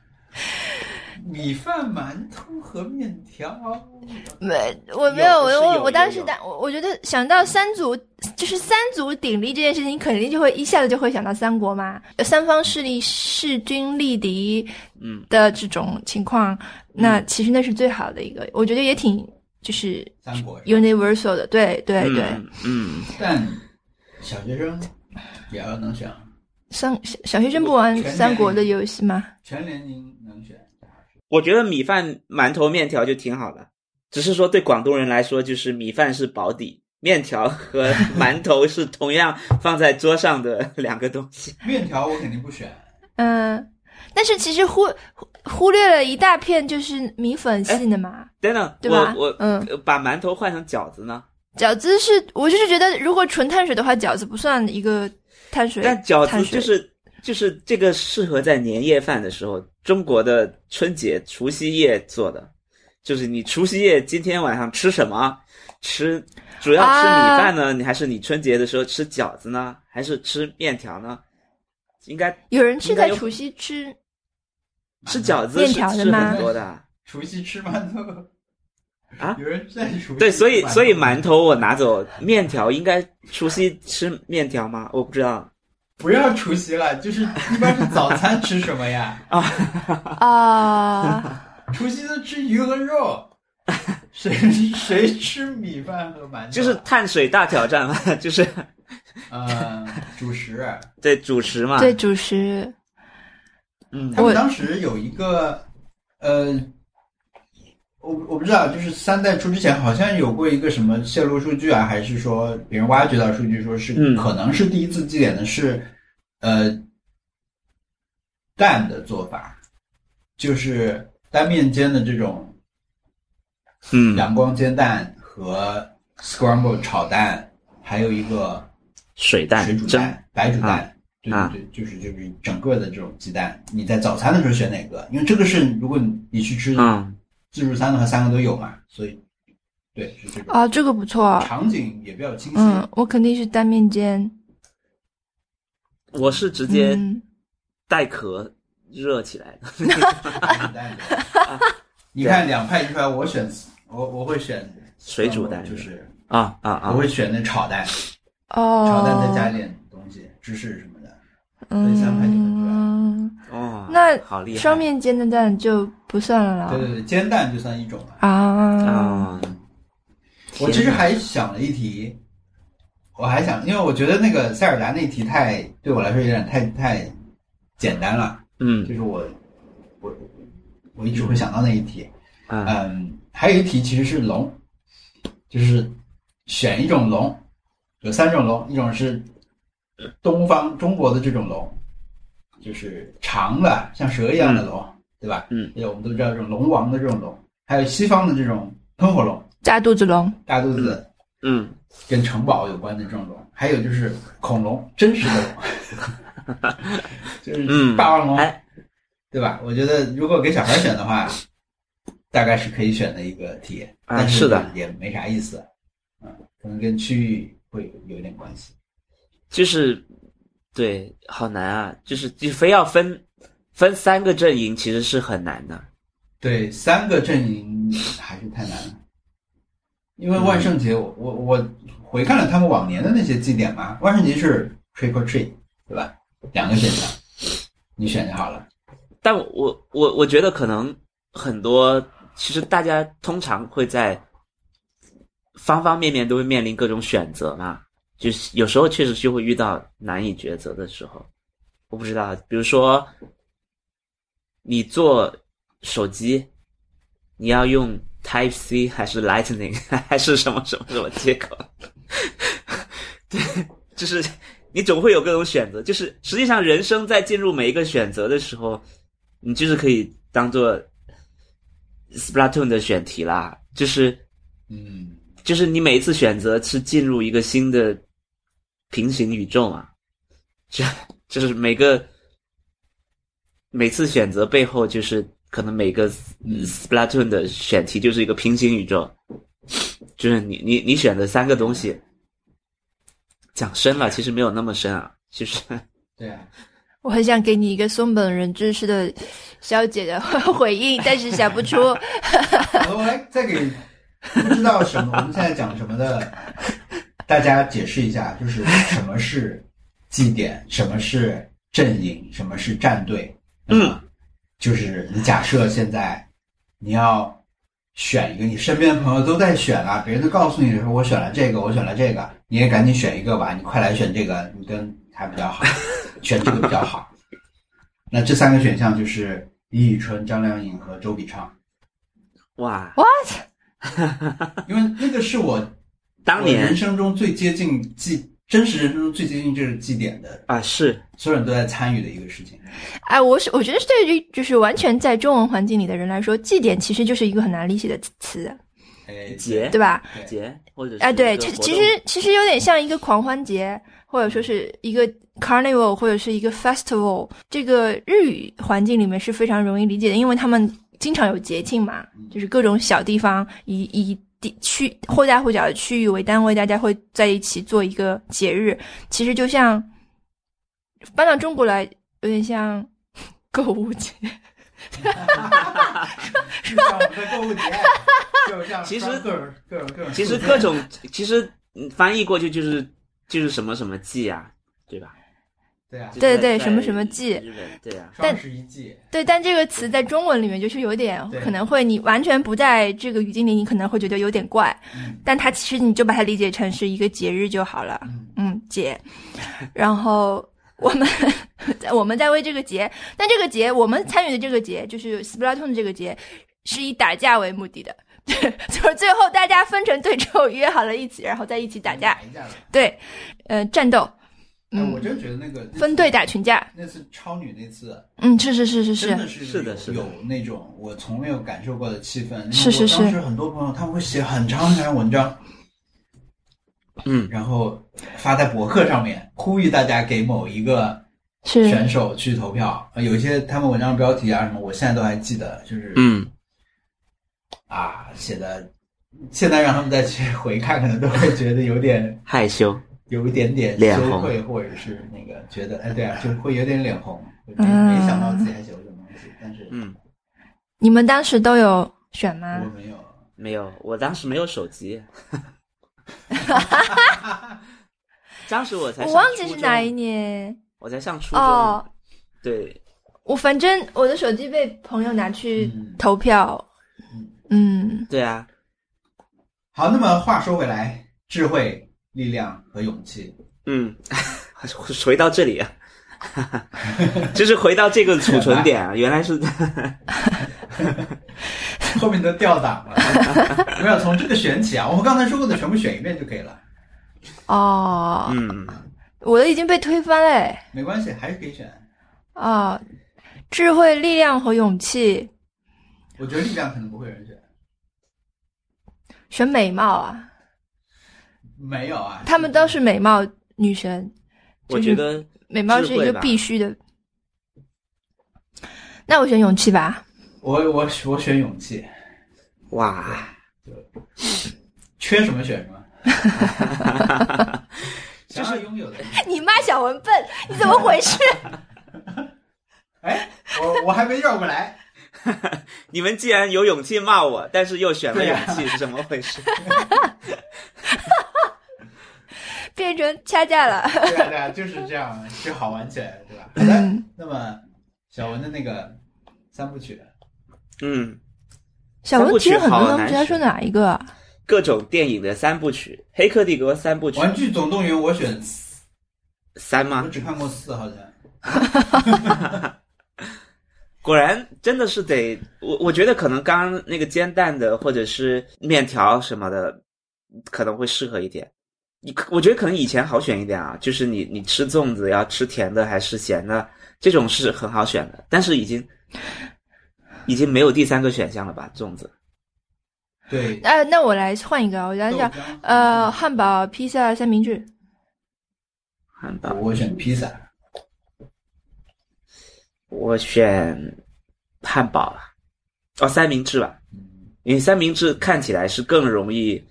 米饭、馒头和面条。没，我没有我是有我我当有时有但我我觉得想到三足就是三足鼎立这件事情，肯定就会一下子就会想到三国嘛，三方势力势均力敌，嗯的这种情况，那其实那是最好的一个，我觉得也挺就是三国是吧， universal 的，对对对，嗯嗯，但小学生也要能选，三小小学生不玩全三年国的龄游戏吗？全年龄能选。我觉得米饭、馒头、面条就挺好的，只是说对广东人来说，就是米饭是保底，面条 [LAUGHS] 和馒头是同样放在桌上的两个东西。面条我肯定不选，嗯，但是其实忽忽忽略了一大片就是米粉哎系的嘛，等等，对吧？我我、嗯。呃把馒头换成饺子呢？饺子是我就是觉得，如果纯碳水的话，饺子不算一个碳水。但饺碳子水就是就是这个适合在年夜饭的时候，中国的春节除夕夜做的，就是你除夕夜今天晚上吃什么？吃主要吃啊米饭呢，你还是你春节的时候吃饺子呢，还是吃面条呢？应该有人是应该在有除夕 [LAUGHS] 吃，吃饺子面是条的是吗很多的，除夕吃馒头啊有人在除夕对，所以吃所以馒头我拿走，面条应该除夕吃面条吗？我不知道不要除夕了，就是一般是早餐吃什么 [LAUGHS] 呀？ [LAUGHS] 啊，除夕都吃鱼和 [LAUGHS] 肉，谁谁吃米饭和馒头？就是碳水大挑战嘛， [LAUGHS] 就是呃主食。对主食嘛，对，主食嗯他们我当时有一个呃，我我不知道，就是三代出之前好像有过一个什么泄露数据啊，还是说别人挖掘到数据，说是、嗯可能是第一次祭典的是，呃，蛋的做法，就是单面煎的这种嗯，阳光煎蛋和 scramble 炒蛋，还有一个水蛋水煮蒸蛋、白煮蛋，对啊对对，就是就是整个的这种鸡蛋。你在早餐的时候选哪个？因为这个是如果你你去吃嗯自助餐的话，三个都有嘛，所以对是这个啊，这个不错。场景也比较清晰。嗯，我肯定是单面煎。我是直接嗯带壳热起来哦的，白煮蛋的你 [LAUGHS] 看两派一出来，我选我我会选啊呃水煮蛋就是啊啊我啊！会选那炒蛋，哦，炒蛋再加点东西，芝士什么的。嗯三块就能出来哦，那好厉害，嗯双面煎的蛋就不算了啦。对对对，煎蛋就算一种了。啊，啊，我其实天哪还想了一题，我还想，因为我觉得那个塞尔达那题太对我来说有点太太简单了，嗯就是我我我一直会想到那一题。啊嗯，还有一题其实是龙，就是选一种龙，有三种龙，一种是东方中国的这种龙，就是长的像蛇一样的龙，对吧？嗯，我们都知道这种龙王的这种龙，还有西方的这种喷火龙，大肚子龙，大肚子。嗯，跟城堡有关的这种龙，还有就是恐龙，真实的龙， [LAUGHS] 就是嗯霸王龙，哎对吧？我觉得如果给小孩选的话，大概是可以选的一个体验，啊但是的也没啥意思，嗯，可能跟区域会有点关系。就是对，好难啊！就是就非要分分三个阵营，其实是很难的。对，三个阵营还是太难了，因为万圣节，我我我回看了他们往年的那些祭典嘛，万圣节是 trick or treat，对吧？两个选项，你选就好了。但我我我觉得可能很多，其实大家通常会在方方面面都会面临各种选择嘛，就是有时候确实就会遇到难以抉择的时候。我不知道，比如说你做手机，你要用 Type C 还是 Lightning [LAUGHS] 还是什么什么什么接口？ [LAUGHS] 对，就是你总会有各种选择。就是实际上，人生在进入每一个选择的时候，你就是可以当做 Splatoon 的选题啦。就是嗯，就是你每一次选择是进入一个新的平行宇宙嘛，这就是每个每次选择背后就是可能每个嗯 Splatoon 的选题就是一个平行宇宙，就是你你你选的三个东西，讲深了其实没有那么深啊，就是 [LAUGHS] 对啊，我很想给你一个松本人志式的小姐的 [LAUGHS] 回应，但是想不 [LAUGHS] 出。 [LAUGHS] 我来再给不知道什么，我们现在讲什么的，大家解释一下，就是什么是祭典，什么是阵营，什么是战队。嗯，就是你假设现在你要选一个，你身边的朋友都在选啊，别人都告诉你说我选了这个，我选了这个，你也赶紧选一个吧，你快来选这个，你跟他比较好，选这个比较好。那这三个选项就是李宇春、张靓颖和周笔畅。哇， What？因为那个是我当我人年生中最接近祭真实人生中最接近这个祭典的，啊是所有人都在参与的一个事情。哎，我是我觉得对于就是完全在中文环境里的人来说，祭典其实就是一个很难理解的词，哎，节对吧？对节或者是哎，对，一个其活其动实其实有点像一个狂欢节，或者说是一个 carnival，或者是一个 festival。这个日语环境里面是非常容易理解的，因为他们经常有节庆嘛，嗯 [LAUGHS] 就是各种小地方以以地区或大或小的区域为单位，大家会在一起做一个节日。其实就像搬到中国来，有点像 [LAUGHS] 购物节。就像我们在购物节，就像其实各种各种各 [LAUGHS] 种，其实各种，其实嗯翻译过去就是就是什么什么季啊，对吧？对啊就，是在对对在什么什么季日本对啊，双十一季，对，但这个词在中文里面就是有点对可能会，你完全不在这个语境里，你可能会觉得有点怪。嗯但它其实你就把它理解成是一个节日就好了，嗯，嗯，节。然后我们 [LAUGHS] 我们在为这个节，但这个节我们参与的这个节就是 Splatoon 的这个节，是以打架为目的 [LAUGHS] 的，就是最后大家分成队之后约好了一起，然后再一起打架打，一架了。对，呃，战斗，嗯哎，我嗯，真觉得那个那次分队打群架，那次超女那次，嗯，是是是是是真，的是是的有是的有那种我从没有感受过的气氛。是是是因为我当时很多朋友他们会写很长很长的文章，嗯，然后发在博客上面，呼吁大家给某一个是选手去投票。呃有一些他们文章的标题啊什么，我现在都还记得，就是嗯，啊写的，现在让他们再去回看，可能都会觉得有点 [LAUGHS] 害羞，有一点点脸羞红愧，或者是那个觉得哎对啊，就会有点脸红，没嗯没想到自己还写过这种东西，但是嗯，你们当时都有选吗我？没有。没有，我当时没有手 [LAUGHS] 机，当时我才我上忘记初是中哪一，年我才上初中，哦，对，我反正我的手机被朋友拿去嗯投票，嗯，对啊，好，那么话说回来，智慧、力量和勇气， [LAUGHS] 嗯， [LAUGHS] 回到这里啊， [LAUGHS] 就是回到这个储存点啊，原来是后面都掉档了， [LAUGHS] 没有从这个选起啊。我们刚才说过的全部选一遍就可以了，哦， [LAUGHS] 嗯，我的已经被推翻嘞，没关系，还是可以选。哦，智慧、力量和勇气，我觉得力量可能不会有人选，选美貌啊，没有啊，她们都是美貌女神，我觉得美貌是一智慧个吧必须的。那我选勇气吧，我我我选勇气，哇，缺什么选 [LAUGHS] 什么。想要拥有的，你骂小文笨，你怎么回事？哎，我我还没绕过来，你们既然有勇气骂我，但是又选了对勇啊气，是怎么回事？ [LAUGHS] 变成掐架了，对啊对啊，就是这样，就好玩起来了，对吧？好的，嗯那么小文的那个三部曲， [LAUGHS] 嗯，小文其实很多三部曲好都不知道难选说哪一个啊，各种电影的三部曲，《黑客帝国》三部曲《玩具总动员》我选三我吗？只看过四，好像。果然真的是得我，我觉得可能刚刚那个煎蛋的或者是面条什么的，可能会适合一点。你可我觉得可能以前好选一点啊，就是你你吃粽子要吃甜的还是咸的，这种是很好选的。但是已经已经没有第三个选项了吧？粽子，对，哎，那我来换一个，我来想，豆浆呃，，汉堡、披萨、三明治。汉堡，我选披萨。我选汉堡吧，哦，三明治吧，因为三明治看起来是更容易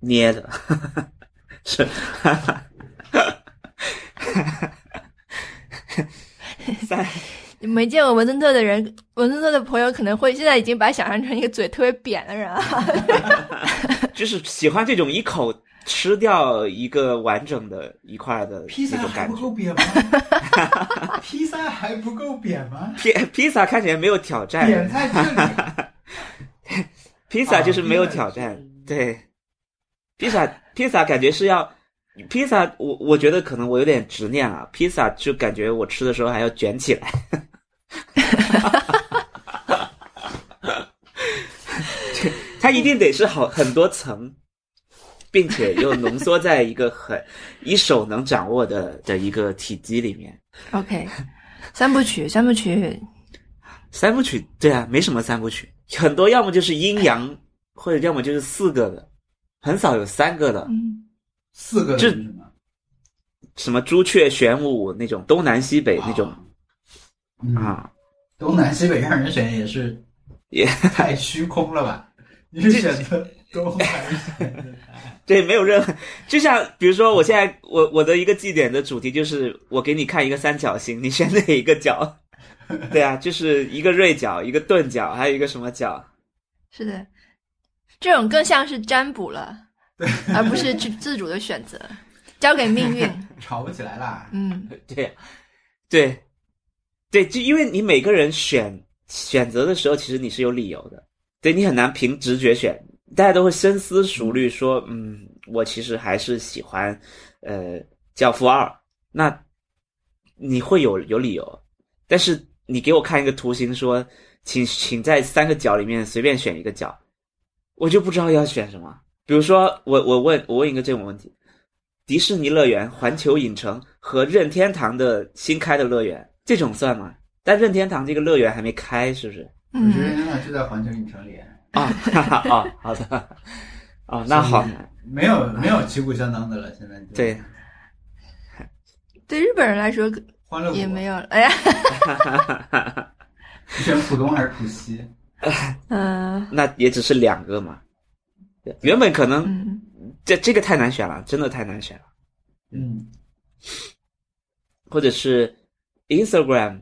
捏的， [LAUGHS] 是，三你没见过文森特的人，文森特的朋友可能会现在已经把他想象成一个嘴特别扁的人了。就是喜欢这种一口吃掉一个完整的一块的披萨那种还感不觉够。扁 [LAUGHS] 吗？披萨还不够扁吗？披披萨看起来没有挑扁战，在这里。披萨就是没有啊挑战，对，披萨披萨感觉是要披萨，我我觉得可能我有点执念了，披萨就感觉我吃的时候还要卷起来，它一定得是好很多层，并且又浓缩在一个很一手能掌握的的一个体积里面。 OK，三部曲，三部曲，三部曲，对啊，没什么三部曲，很多要么就是阴阳，或者要么就是四个的，很少有三个的，嗯，四个这是什么？什么朱雀玄武那种东南西北那种啊嗯，啊，东南西北让人选也是也 [LAUGHS] 太虚空了 [LAUGHS] 吧？你是选择东还是选择南？对，没有任何，就像比如说我现在我我的一个祭典的主题就是我给你看一个三角形，你选哪一个角？对啊，就是一个锐角，一个钝角，还有一个什么角？是的，这种更像是占卜了，而不是自自主的选择，交给命运。 [LAUGHS] 吵不起来啦！嗯，对呀、啊对，对，就因为你每个人选选择的时候，其实你是有理由的，对你很难凭直觉选，大家都会深思熟虑说，嗯，我其实还是喜欢，呃，教父二，那你会有有理由，但是你给我看一个图形说，请请在三个角里面随便选一个角，我就不知道要选什么。比如说，我我问我问一个这种问题：迪士尼乐园、环球影城和任天堂的新开的乐园，这种算吗？但任天堂这个乐园还没开，是不是？我觉得嗯，天堂就在环球影城里，啊、哈哈啊，好的，啊、那好，没有没有旗鼓相当的了，现在就嗯对，对日本人来说欢乐谷也没有了。哎呀，选浦东还是浦西？嗯那也只是两个嘛。对原本可能嗯，这这个太难选了，真的太难选了。嗯，或者是 Instagram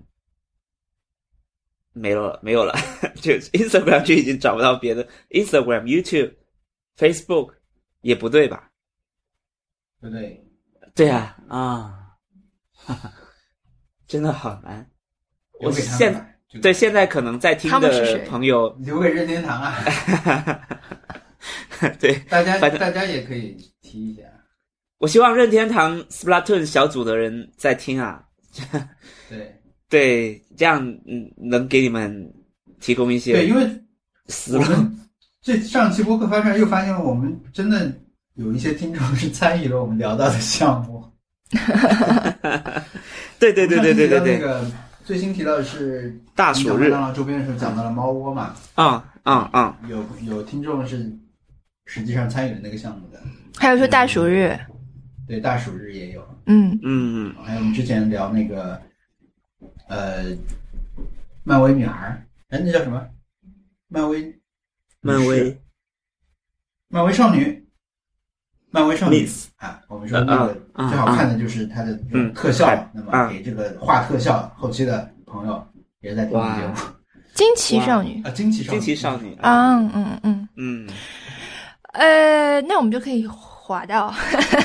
没了，没有了，就 Instagram 就已经找不到别的 Instagram、YouTube、Facebook 也不对吧？对不对？对呀、啊，啊， [LAUGHS] 真的好难。我留给他们现吧这个对现在可能在听他们是的谁朋友，留给任天堂啊， [LAUGHS] 对，大家反正大家也可以提一下。我希望任天堂 Splatoon 小组的人在听啊，对对，这样嗯能给你们提供一对，些因为思我路。们这上期播客发出来，又发现我们真的有一些听众是参与了我们聊到的项目。 [LAUGHS] [LAUGHS] 对对对对对我们上次提到对那对，个最新提到的是大暑麦日当劳周边的时候讲到了猫窝嘛，啊啊啊！有有听众是实际上参与了那个项目的，还有说大暑日，对大暑日也有，嗯嗯，还有我们之前聊那个呃漫威女孩儿，哎那叫什么？漫威漫威漫威少女，漫威少女 Miss 啊，我们说那个啊啊最好看的就是它的这种特效，嗯那么啊给这个画特效后期的朋友也在听我们节目惊奇少女啊，惊奇少女，惊奇少女啊，啊，嗯嗯，嗯，呃，那我们就可以划到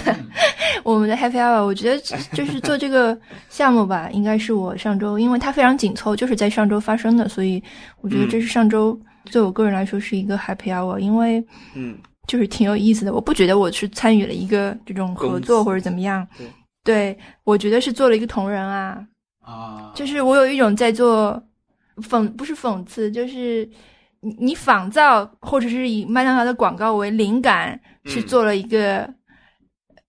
嗯 [LAUGHS] 我们的 Happy Hour。我觉得这就是做这个项目吧， [LAUGHS] 应该是我上周，因为它非常紧凑，就是在上周发生的，所以我觉得嗯这是上周对我个人来说是一个 Happy Hour，因为嗯，就是挺有意思的。我不觉得我是参与了一个这种合作公司或者怎么样对，对我觉得是做了一个同人啊，啊，就是我有一种在做讽，不是讽刺，就是你你仿造或者是以麦当劳的广告为灵感，嗯去做了一个、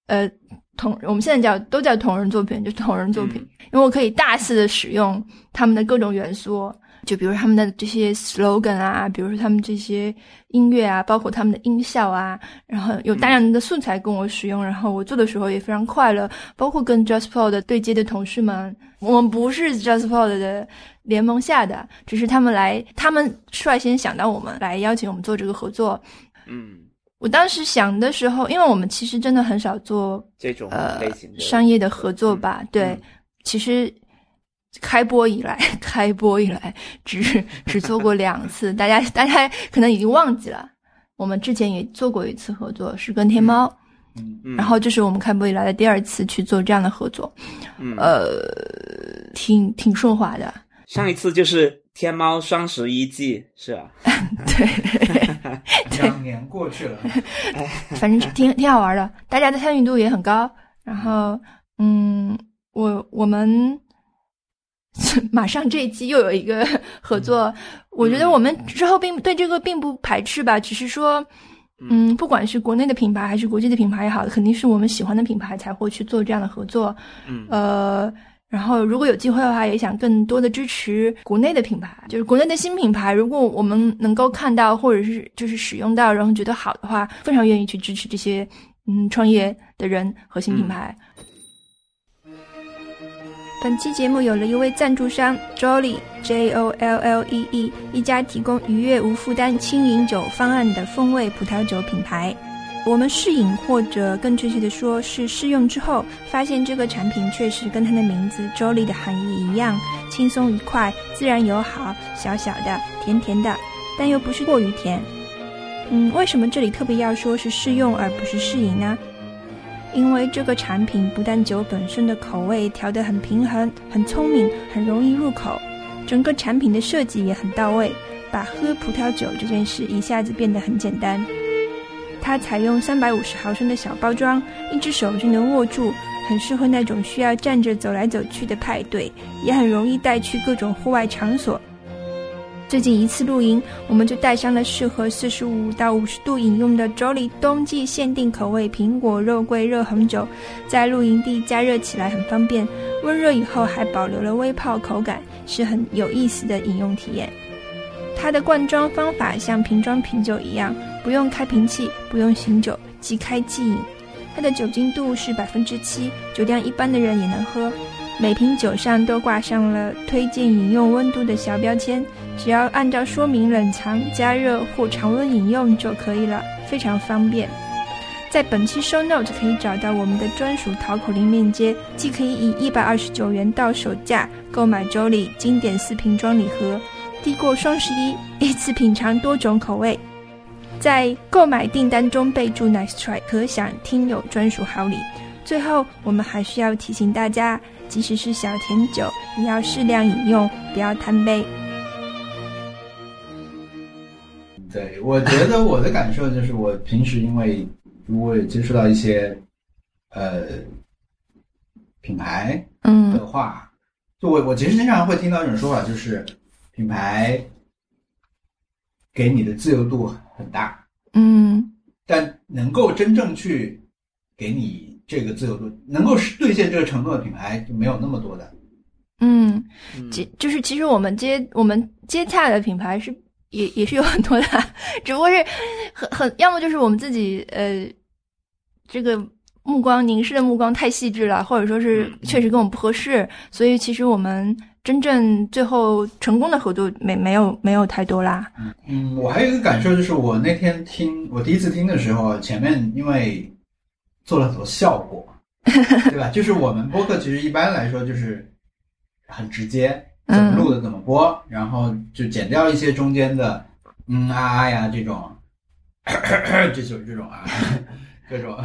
呃同我们现在叫都叫同人作品，就是同人作品，因为我可以大肆的使用他们的各种元素。就比如他们的这些 slogan 啊，比如说他们这些音乐啊，包括他们的音效啊，然后有大量的素材供我使用，然后我做的时候也非常快乐，包括跟 JustPod 的对接的同事们，我们不是 JustPod 的联盟下的，只是他们来，他们率先想到我们来邀请我们做这个合作。嗯，我当时想的时候，因为我们其实真的很少做这种呃类型的商业的合作吧，对，嗯其实开播以来， [LAUGHS] 开播以来 [LAUGHS] 只只做过两次，大家大家可能已经忘记了，我们之前也做过一次合作，是跟天猫，嗯嗯然后这是我们开播以来的第二次去做这样的合作，嗯呃，挺挺顺滑的，上一次就是天猫双十一季是吧？嗯对，两年过去了，反正是挺挺好玩的，大家的参与度也很高，然后嗯，我我们 [LAUGHS] 马上这一期又有一个合作，我觉得我们之后并对这个并不排斥吧，只是说，嗯，不管是国内的品牌还是国际的品牌也好，肯定是我们喜欢的品牌才会去做这样的合作。嗯呃，然后如果有机会的话，也想更多的支持国内的品牌，就是国内的新品牌。如果我们能够看到或者是就是使用到，然后觉得好的话，非常愿意去支持这些嗯创业的人和新品牌。本期节目有了一位赞助商 Jolly J O L L E E，一家提供愉悦无负担轻饮酒方案的风味葡萄酒品牌。我们试饮，或者更确切的说是试用之后，发现这个产品确实跟它的名字 “Jolly” 的含义一样，轻松愉快、自然友好，小小的、甜甜的，但又不是过于甜。嗯，为什么这里特别要说是试用而不是试饮呢？因为这个产品不但酒本身的口味调得很平衡、很聪明、很容易入口，整个产品的设计也很到位，把喝葡萄酒这件事一下子变得很简单。它采用三百五十毫升的小包装，一只手就能握住，很适合那种需要站着走来走去的派对，也很容易带去各种户外场所。最近一次露营，我们就带上了适合四十五到五十度饮用的 Jolly 冬季限定口味苹果肉桂热红酒，在露营地加热起来很方便，温热以后还保留了微泡口感，是很有意思的饮用体验。它的灌装方法像瓶装啤酒一样，不用开瓶器，不用醒酒，即开即饮。它的酒精度是百分之七，酒量一般的人也能喝。每瓶酒上都挂上了推荐饮用温度的小标签，只要按照说明冷藏、加热或常温饮用就可以了，非常方便。在本期 show note 可以找到我们的专属淘口令链接，既可以以一百二十九元到手价购买 Jolly 经典四瓶装礼盒，低过双十一一次品尝多种口味。在购买订单中备注 “Nice Try”，可享听友专属好礼。最后，我们还是要提醒大家，即使是小甜酒，也要适量饮用，不要贪杯。对，我觉得我的感受就是，我平时因为如果有接触到一些呃品牌嗯的话，就我我其实经常会听到一种说法，就是品牌给你的自由度很大，嗯但能够真正去给你这个自由度，能够兑现这个承诺的品牌就没有那么多的。嗯，嗯其就是其实我们接我们接洽的品牌是也也是有很多的，只不过是很很要么就是我们自己呃这个目光凝视的目光太细致了，或者说是嗯确实跟我们不合适，所以其实我们真正最后成功的合作没没有没有太多啦。嗯，我还有一个感受就是，我那天听我第一次听的时候，前面因为做了很多效果，对吧？就是我们播客其实一般来说就是很直接，怎么录的怎么播，然后就剪掉一些中间的嗯啊啊呀这种， [COUGHS] 这种这种啊， [LAUGHS] 各种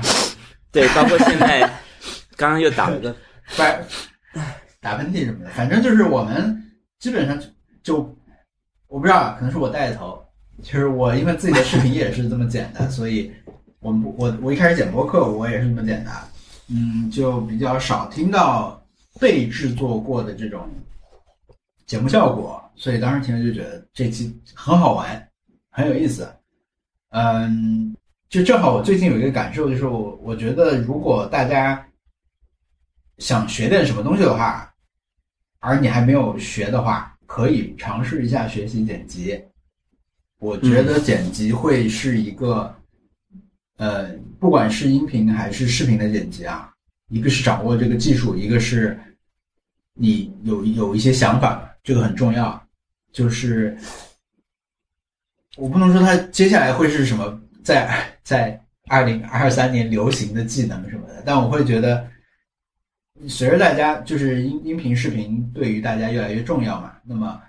对，包括现在 [LAUGHS] 刚刚又打了个，反打喷嚏什么的，反正就是我们基本上就就我不知道啊，可能是我带头，就是我因为自己的视频也是这么剪的，所以我们不我我一开始剪播客我也是这么剪的，嗯，就比较少听到被制作过的这种节目效果，所以当时听了就觉得这期很好玩，很有意思，嗯，就正好我最近有一个感受，就是我我觉得如果大家想学点什么东西的话，而你还没有学的话，可以尝试一下学习剪辑。我觉得剪辑会是一个，呃，不管是音频还是视频的剪辑啊，一个是掌握这个技术，一个是你有有一些想法，这个很重要。就是我不能说它接下来会是什么在在二零二三年流行的技能什么的，但我会觉得。随着大家就是音音频、视频对于大家越来越重要嘛，那么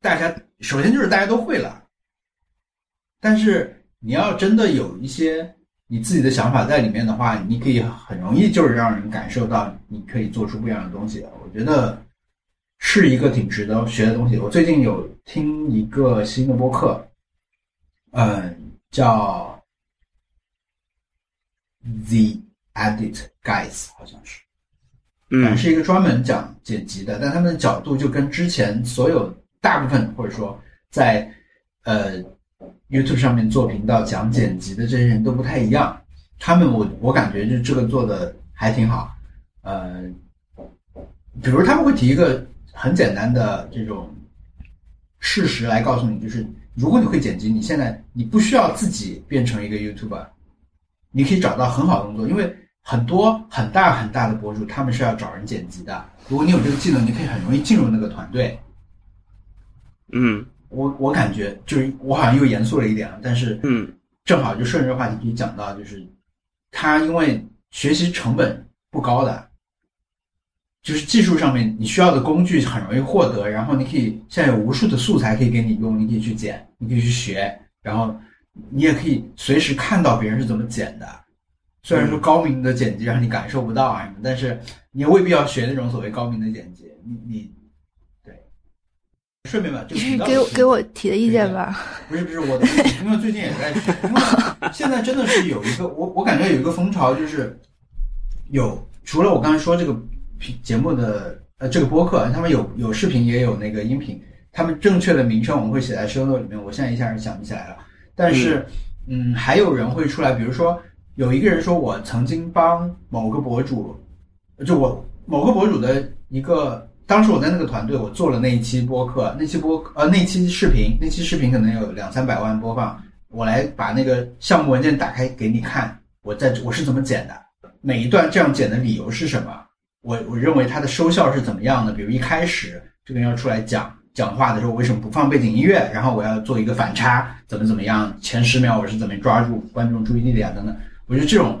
大家首先就是大家都会了，但是你要真的有一些你自己的想法在里面的话，你可以很容易就是让人感受到你可以做出不一样的东西的。我觉得是一个挺值得学的东西。我最近有听一个新的播客，嗯，叫 The Edit Guys，好像是。嗯反正呃是一个专门讲剪辑的，但他们的角度就跟之前所有大部分或者说在呃 YouTube 上面做频道讲剪辑的这些人都不太一样。他们我我感觉就这个做的还挺好，呃，比如他们会提一个很简单的这种事实来告诉你，就是如果你会剪辑，你现在你不需要自己变成一个 YouTuber，你可以找到很好的工作，因为很多很大很大的博主他们是要找人剪辑的。如果你有这个技能，你可以很容易进入那个团队。嗯我我感觉就是我好像又严肃了一点了，但是嗯正好就顺着话题可以讲到，就是他因为学习成本不高的，就是技术上面你需要的工具很容易获得，然后你可以现在有无数的素材可以给你用，你可以去剪，你可以去学，然后你也可以随时看到别人是怎么剪的。虽然说高明的剪辑让你感受不到啊什么，但是你也未必要学那种所谓高明的剪辑。你你对，顺便吧，就就提是到给我这个给我提的意见吧。不是不是我的，因为最近也在学，因为现在真的是有一个我我感觉有一个风潮，就是有除了我刚才说这个频节目的呃这个播客，他们有有视频也有那个音频，他们正确的名称我们会写在 show note 里面，我现在一下想不起来了。但是，嗯，还有人会出来，比如说有一个人说我曾经帮某个博主，就我某个博主的一个，当时我在那个团队，我做了那一期播客，那期播呃那期视频，那期视频可能有两三百万播放，我来把那个项目文件打开给你看，我在我是怎么剪的。每一段这样剪的理由是什么？我我认为它的收效是怎么样的？比如一开始这个人要出来讲讲话的时候，我为什么不放背景音乐？然后我要做一个反差，怎么怎么样？前十秒我是怎么抓住观众注意力的呀？等等，我觉得这种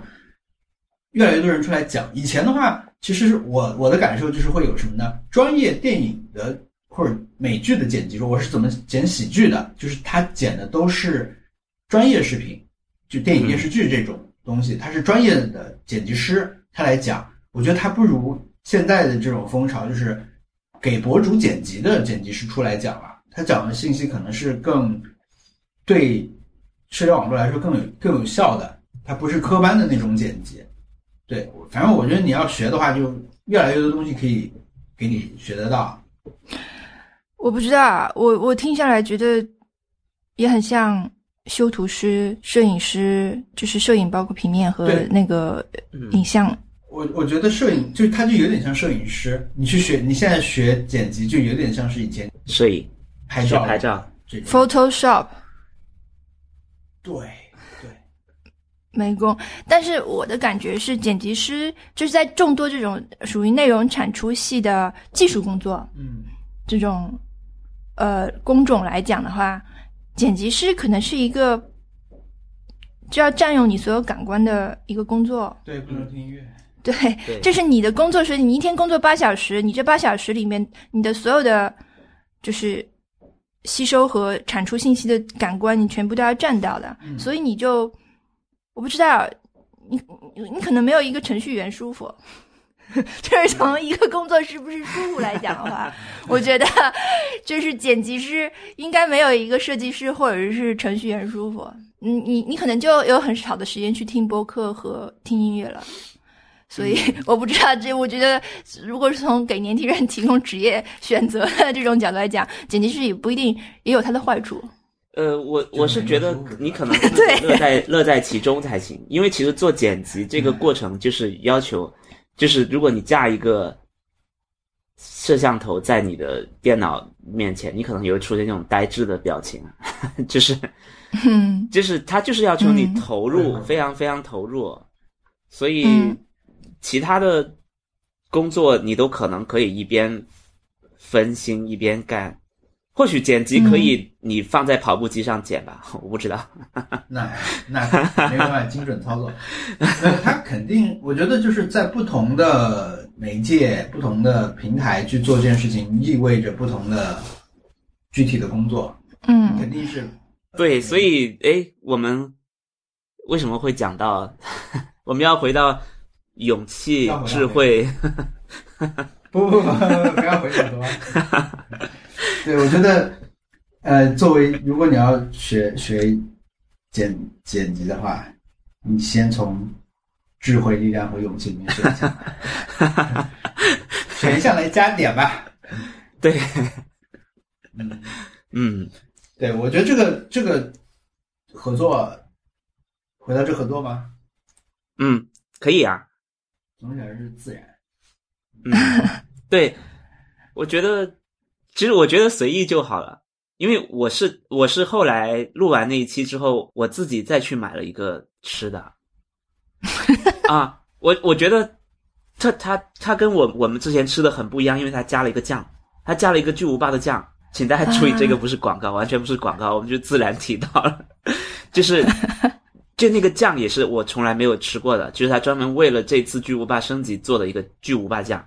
越来越多人出来讲。以前的话，其实我我的感受就是会有什么呢？专业电影的或者美剧的剪辑说我是怎么剪喜剧的，就是他剪的都是专业视频，就电影电视剧这种。东西，他是专业的剪辑师，他来讲，我觉得他不如现在的这种风潮，就是给博主剪辑的剪辑师出来讲了。他讲的信息可能是更对社交网络来说更有更有效的，它不是科班的那种剪辑。对，反正我觉得你要学的话，就越来越多东西可以给你学得到。我不知道，啊我我听下来觉得也很像修图师、摄影师，就是摄影包括平面和对嗯那个嗯影像。我我觉得摄影就它就有点像摄影师，你去学，你现在学剪辑就有点像是以前摄影、拍学照拍照，这种。 Photoshop 对对，美工，但是我的感觉是，剪辑师就是在众多这种属于内容产出系的技术工作嗯，这种呃工种来讲的话，剪辑师可能是一个就要占用你所有感官的一个工作。对，不能听音乐。对，对这是你的工作时间，你一天工作八小时，你这八小时里面，你的所有的就是吸收和产出信息的感官，你全部都要占到的，嗯所以你就我不知道，你你你可能没有一个程序员舒服。 [LAUGHS] 这是从一个工作是不是舒服来讲的话，我觉得就是剪辑师应该没有一个设计师或者是程序员舒服。你你你可能就有很少的时间去听播客和听音乐了。所以 [LAUGHS] 我不知道这，我觉得如果是从给年轻人提供职业选择的这种角度来讲，剪辑师也不一定也有它的坏处。呃，我就我是没觉有得收入你吧可能真的得乐在乐在其中才行，因为其实做剪辑这个过程就是要求，就是如果你架一个摄像头在你的电脑面前，你可能也会出现那种呆滞的表情， [LAUGHS] 就是 [LAUGHS] 嗯就是他就是要求你嗯投入，嗯非常非常投入，所以嗯其他的工作你都可能可以一边分心一边干。或许剪辑可以嗯你放在跑步机上剪吧， [LAUGHS] 我不知道。嗯那那没办法，精准操作。 [LAUGHS] 那他肯定，我觉得就是在不同的媒介、不同的平台去做这件事情，意味着不同的具体的工作，嗯，肯定是嗯对，所以哎，我们为什么会讲到？ [LAUGHS] 我们要回到勇气要回、到智慧。不不不，不要回想多。对，我觉得，呃，作为如果你要学学剪剪辑的话，你先从智慧、力量和勇气里面选一项，选一项来加点吧。对， [LAUGHS] 嗯，嗯，对，我觉得这个这个合作，回到这合作吗？嗯，可以啊。总体来说是自然。嗯，对，我觉得，其实我觉得随意就好了，因为我是我是后来录完那一期之后，我自己再去买了一个吃的。 [LAUGHS] 啊，我我觉得它它它跟我我们之前吃的很不一样，因为它加了一个酱，它加了一个巨无霸的酱，请大家注意，啊这个不是广告，完全不是广告，我们就自然提到了， [LAUGHS] 就是就那个酱也是我从来没有吃过的，就是它专门为了这次巨无霸升级做的一个巨无霸酱，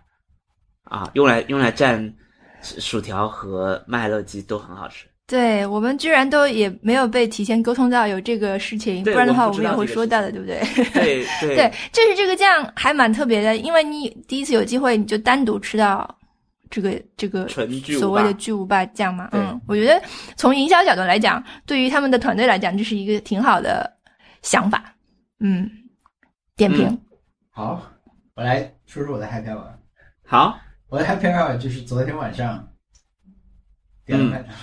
啊，用来用来蘸薯薯条和麦乐鸡都很好吃。对我们居然都也没有被提前沟通到有这个事情，不对然的话我我们不知道们也会这个说到的，事对情不对？ [LAUGHS] 对对，就是这个酱还蛮特别的，因为你第一次有机会你就单独吃到这个这个纯巨无霸所谓的巨无霸酱嘛。对嗯，我觉得从营销角度来讲，对于他们的团队来讲，这是一个挺好的想法。嗯，点评。好，我来说说我的 happy hour。好，我的 happy hour 就是昨天晚上点了麦当劳，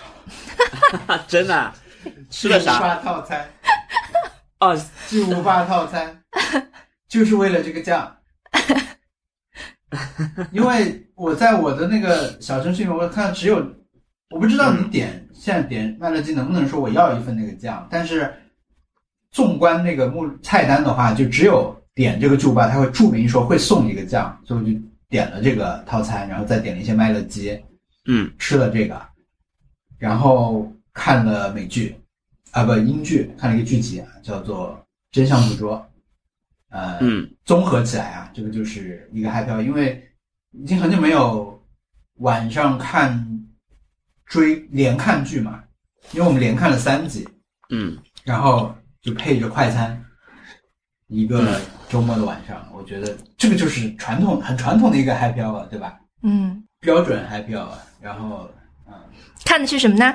啊真的啊嗯吃了 [LAUGHS] 巨无啥？霸套餐，哦，巨无霸套餐，就是为了这个价。因为我在我的那个小程序里面，我看到只有，我不知道你嗯点现在点麦乐鸡能不能说我要一份那个酱，但是纵观那个目菜单的话，就只有点这个巨无霸，它会注明说会送一个酱，所以我就点了这个套餐，然后再点了一些麦乐鸡，嗯吃了这个，然后看了美剧，啊不英剧，看了一个剧集啊，叫做《真相捕捉》，呃，嗯综合起来啊，这个就是一个 happy hour，因为已经很久没有晚上看追连看剧嘛，因为我们连看了三集，嗯，然后就配着快餐，一个周末的晚上，我觉得这个就是传统很传统的一个 happy hour，对吧？嗯，标准 happy hour，然后嗯看的是什么呢？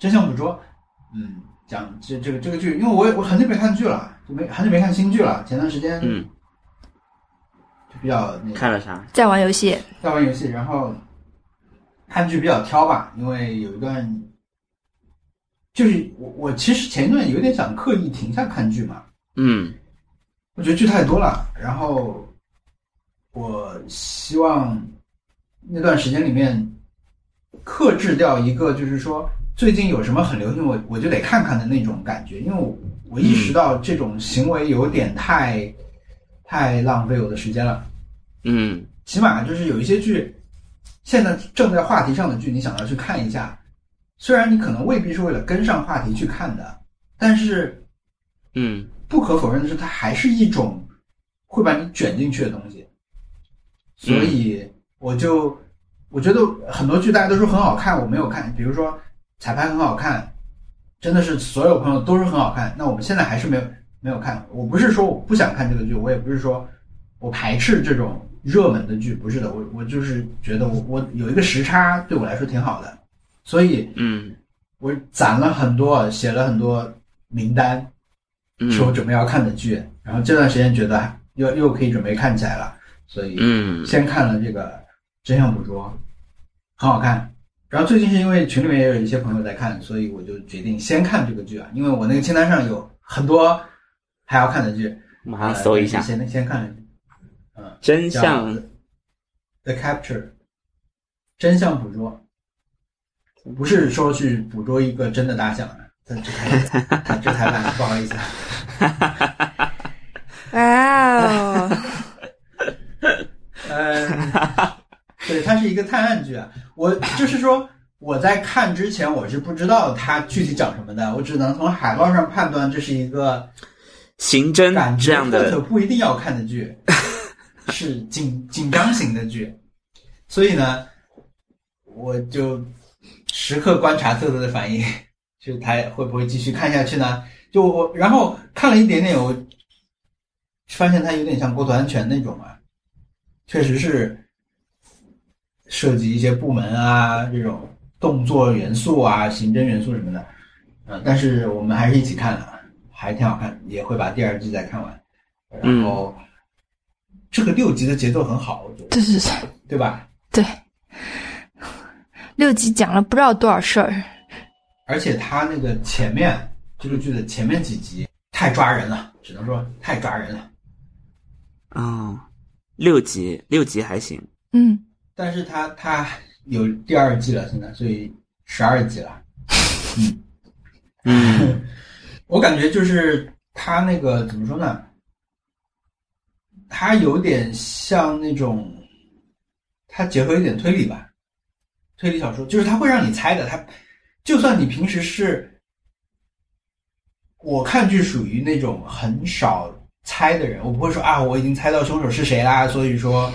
真相捕捉，嗯，讲这这个这个剧，因为我也我很久没看剧了，就没很久没看新剧了。前段时间嗯就比较那个看了啥？在玩游戏，在玩游戏，然后看剧比较挑吧，因为有一段就是我我其实前一段有点想刻意停下看剧嘛，嗯我觉得剧太多了，然后我希望那段时间里面克制掉一个，就是说最近有什么很流行，我我就得看看的那种感觉，因为我我意识到这种行为有点太太浪费我的时间了。嗯起码就是有一些剧，现在正在话题上的剧，你想要去看一下，虽然你可能未必是为了跟上话题去看的，但是嗯不可否认的是，它还是一种会把你卷进去的东西。所以我就我觉得很多剧大家都说很好看，我没有看，比如说《彩排》很好看，真的是所有朋友都说很好看。那我们现在还是没有没有看。我不是说我不想看这个剧，我也不是说我排斥这种热门的剧，不是的，我我就是觉得我我有一个时差对我来说挺好的，所以嗯我攒了很多，写了很多名单，是我嗯准备要看的剧，然后这段时间觉得又又可以准备看起来了，所以嗯先看了这个《真相捕捉》，很好看。然后最近是因为群里面也有一些朋友在看，所以我就决定先看这个剧啊，因为我那个清单上有很多还要看的剧，马上啊搜一呃下先先看了呃《真叫相》 《The Capture》，真相捕捉，不是说去捕捉一个真的大象啊，这这 [LAUGHS] 才这才懒，不好意思。 [LAUGHS] 哇 [LAUGHS] 哦，呃，对，它是一个探案剧啊。我就是说，我在看之前我是不知道它具体讲什么的，我只能从海报上判断这是一个刑侦感这觉样特的，不一定要看的剧，是紧紧张型的剧。所以呢，我就时刻观察特特的反应， [LAUGHS] 就是他会不会继续看下去呢？就我，然后看了一点点，我发现它有点像《国土安全》那种啊，确实是涉及一些部门啊这种动作元素啊、刑侦元素什么的。嗯，但是我们还是一起看了，还挺好看，也会把第二季再看完。然后、这个六集的节奏很好，我觉得，对对对对吧？对，六集讲了不知道多少事儿，而且它那个前面这个剧的前面几集太抓人了，只能说太抓人了。哦，六集六集还行，嗯，但是它它有第二季了，现在所以十二集了。嗯 [LAUGHS] 我感觉就是它那个怎么说呢？它有点像那种，它结合一点推理吧，推理小说，就是它会让你猜的。它就算你平时是，我看剧属于那种很少猜的人，我不会说啊，我已经猜到凶手是谁啦，所以说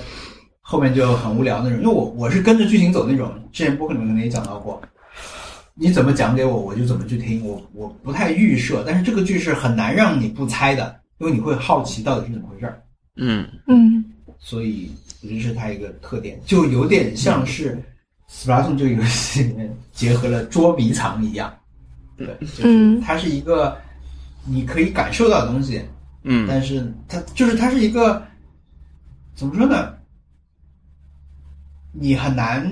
后面就很无聊那种。因为我我是跟着剧情走那种，之前播客里面可能也讲到过，你怎么讲给我，我就怎么去听。我我不太预设，但是这个剧是很难让你不猜的，因为你会好奇到底是怎么回事儿。嗯嗯，所以我觉得是它一个特点，就有点像是《Splatoon》这个游戏里面结合了捉迷藏一样。对，就是嗯它是一个你可以感受到的东西，嗯但是它就是它是一个怎么说呢？你很难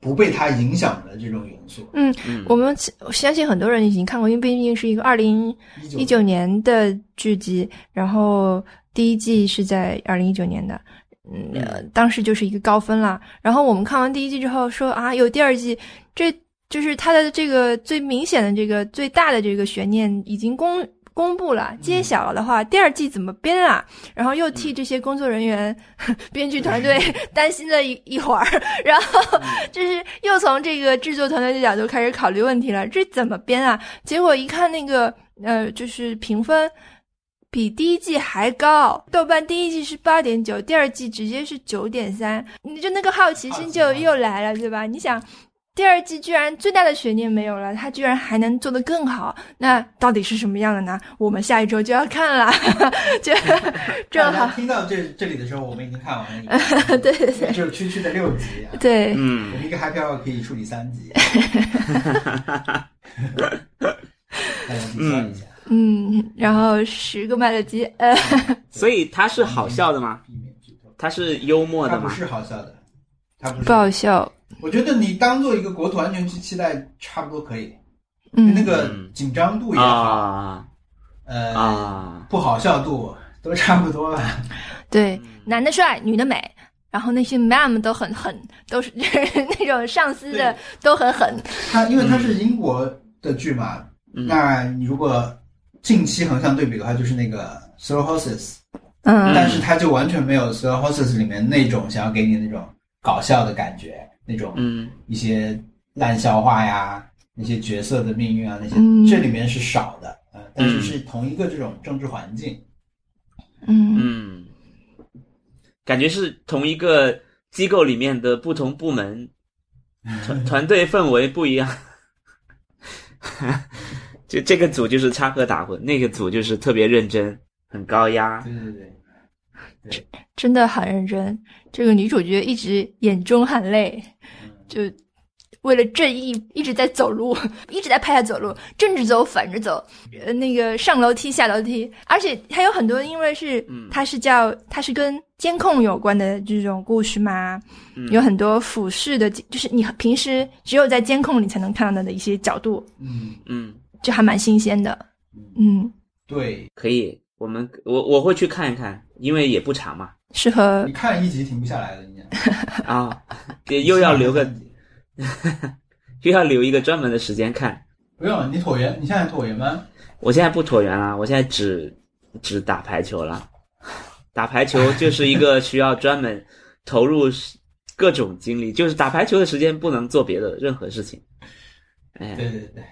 不被它影响的这种元素。嗯，我们我相信很多人已经看过，因为毕竟是一个二零一九年的剧集，然后第一季是在二零一九年的，嗯、呃当时就是一个高分啦。然后我们看完第一季之后说啊，有第二季，这就是它的这个最明显的这个最大的这个悬念已经公公布了，揭晓了的话，第二季怎么编啊？然后又替这些工作人员、 [LAUGHS] 编剧团队担心了一一会儿，然后就是又从这个制作团队的角度开始考虑问题了，这怎么编啊？结果一看那个呃，就是评分比第一季还高，豆瓣第一季是八点九，第二季直接是九点三，你就那个好奇心就又来了，对吧？你想。第二季居然最大的悬念没有了，它居然还能做得更好，那到底是什么样的呢？我们下一周就要看了， [LAUGHS] 就正大好家听到这这里的时候，我们已经看完了一个， [LAUGHS] 对对对只有区区的六集啊。[LAUGHS] 对，我嗯们一个 happy hour 可以处理三集，大家计算一下，嗯，然后十个麦乐鸡，呃，所以它是好笑的吗？避免剧透。它是幽默它的不吗？是好笑的，它不是不好笑，我觉得你当做一个国土安全区期待，差不多可以。嗯，那个紧张度也好，啊呃，啊，不好笑度都差不多吧。对，嗯男的帅，女的美，然后那些 ma'am 都很狠，都是 [LAUGHS] 那种上司的都很狠，它因为它是英国的剧嘛，嗯那你如果近期横向对比的话，就是那个《Slow Horses》，嗯但是它就完全没有《Slow Horses》里面那种想要给你那种搞笑的感觉，那种嗯一些烂笑话呀，那些角色的命运啊，那些、嗯这里面是少的，呃，但嗯是是同一个这种政治环境，嗯嗯，感觉是同一个机构里面的不同部门，团团队氛围不一样。 [LAUGHS] 就这个组就是插科打诨，那个组就是特别认真，很高压。对对对，真的很认真。这个女主角一直眼中含泪，嗯就为了正义一直在走路， [LAUGHS] 一直在拍她走路，正着走，反着走，呃，那个上楼梯下楼梯，而且还有很多，因为是嗯它是叫它是跟监控有关的这种故事嘛，嗯有很多俯视的，就是你平时只有在监控里才能看到的一些角度，嗯嗯，就还蛮新鲜的。嗯，嗯，对，可以，我们我我会去看一看，因为也不长嘛。适合你看一集停不下来的，你讲，啊， [LAUGHS] 也又要留个又要留一个专门的时间看。不用，你椭圆，你现在椭圆吗？我现在不椭圆了，我现在只只打排球了。打排球就是一个需要专门投入各种精力，就是打排球的时间不能做别的任何事情。哎，对对对，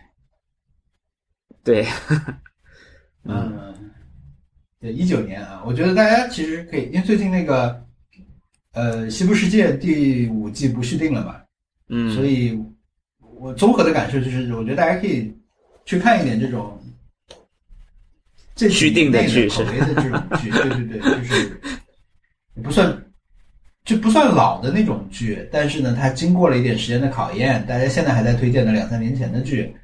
对，嗯 [LAUGHS] 嗯，对，一九年啊，我觉得大家其实可以，因为最近那个呃《西部世界》第五季不续订了嘛，嗯，所以我综合的感受就是，我觉得大家可以去看一点这种这续订的剧口碑的这种剧，对对对，就是也不算就不算老的那种剧，但是呢，它经过了一点时间的考验，大家现在还在推荐的两三年前的剧，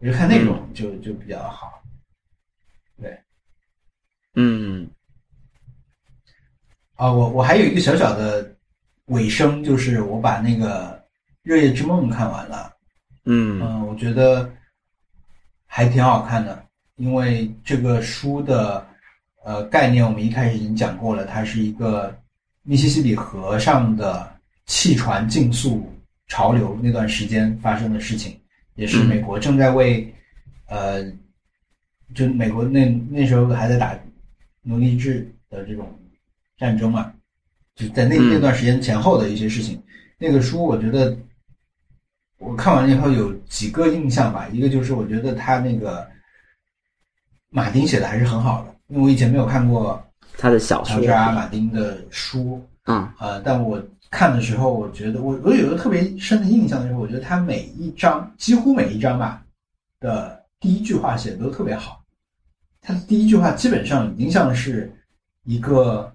我就看那种就就比较好。嗯啊，我我还有一个小小的尾声，就是我把那个《热夜之梦》看完了。嗯嗯，我觉得还挺好看的，因为这个书的呃概念我们一开始已经讲过了，它是一个密西西比河上的汽船竞速潮流那段时间发生的事情，也是美国正在为呃，就美国那那时候还在打奴隶制的这种战争嘛，就是在那嗯那段时间前后的一些事情。那个书我觉得我看完了以后有几个印象吧，一个就是我觉得他那个马丁写的还是很好的，因为我以前没有看过他的小乔说治，阿马丁的书，嗯呃，但我看的时候，我觉得我我有一个特别深的印象就是，我觉得他每一章几乎每一章吧的第一句话写的都特别好，他的第一句话基本上已经像是一个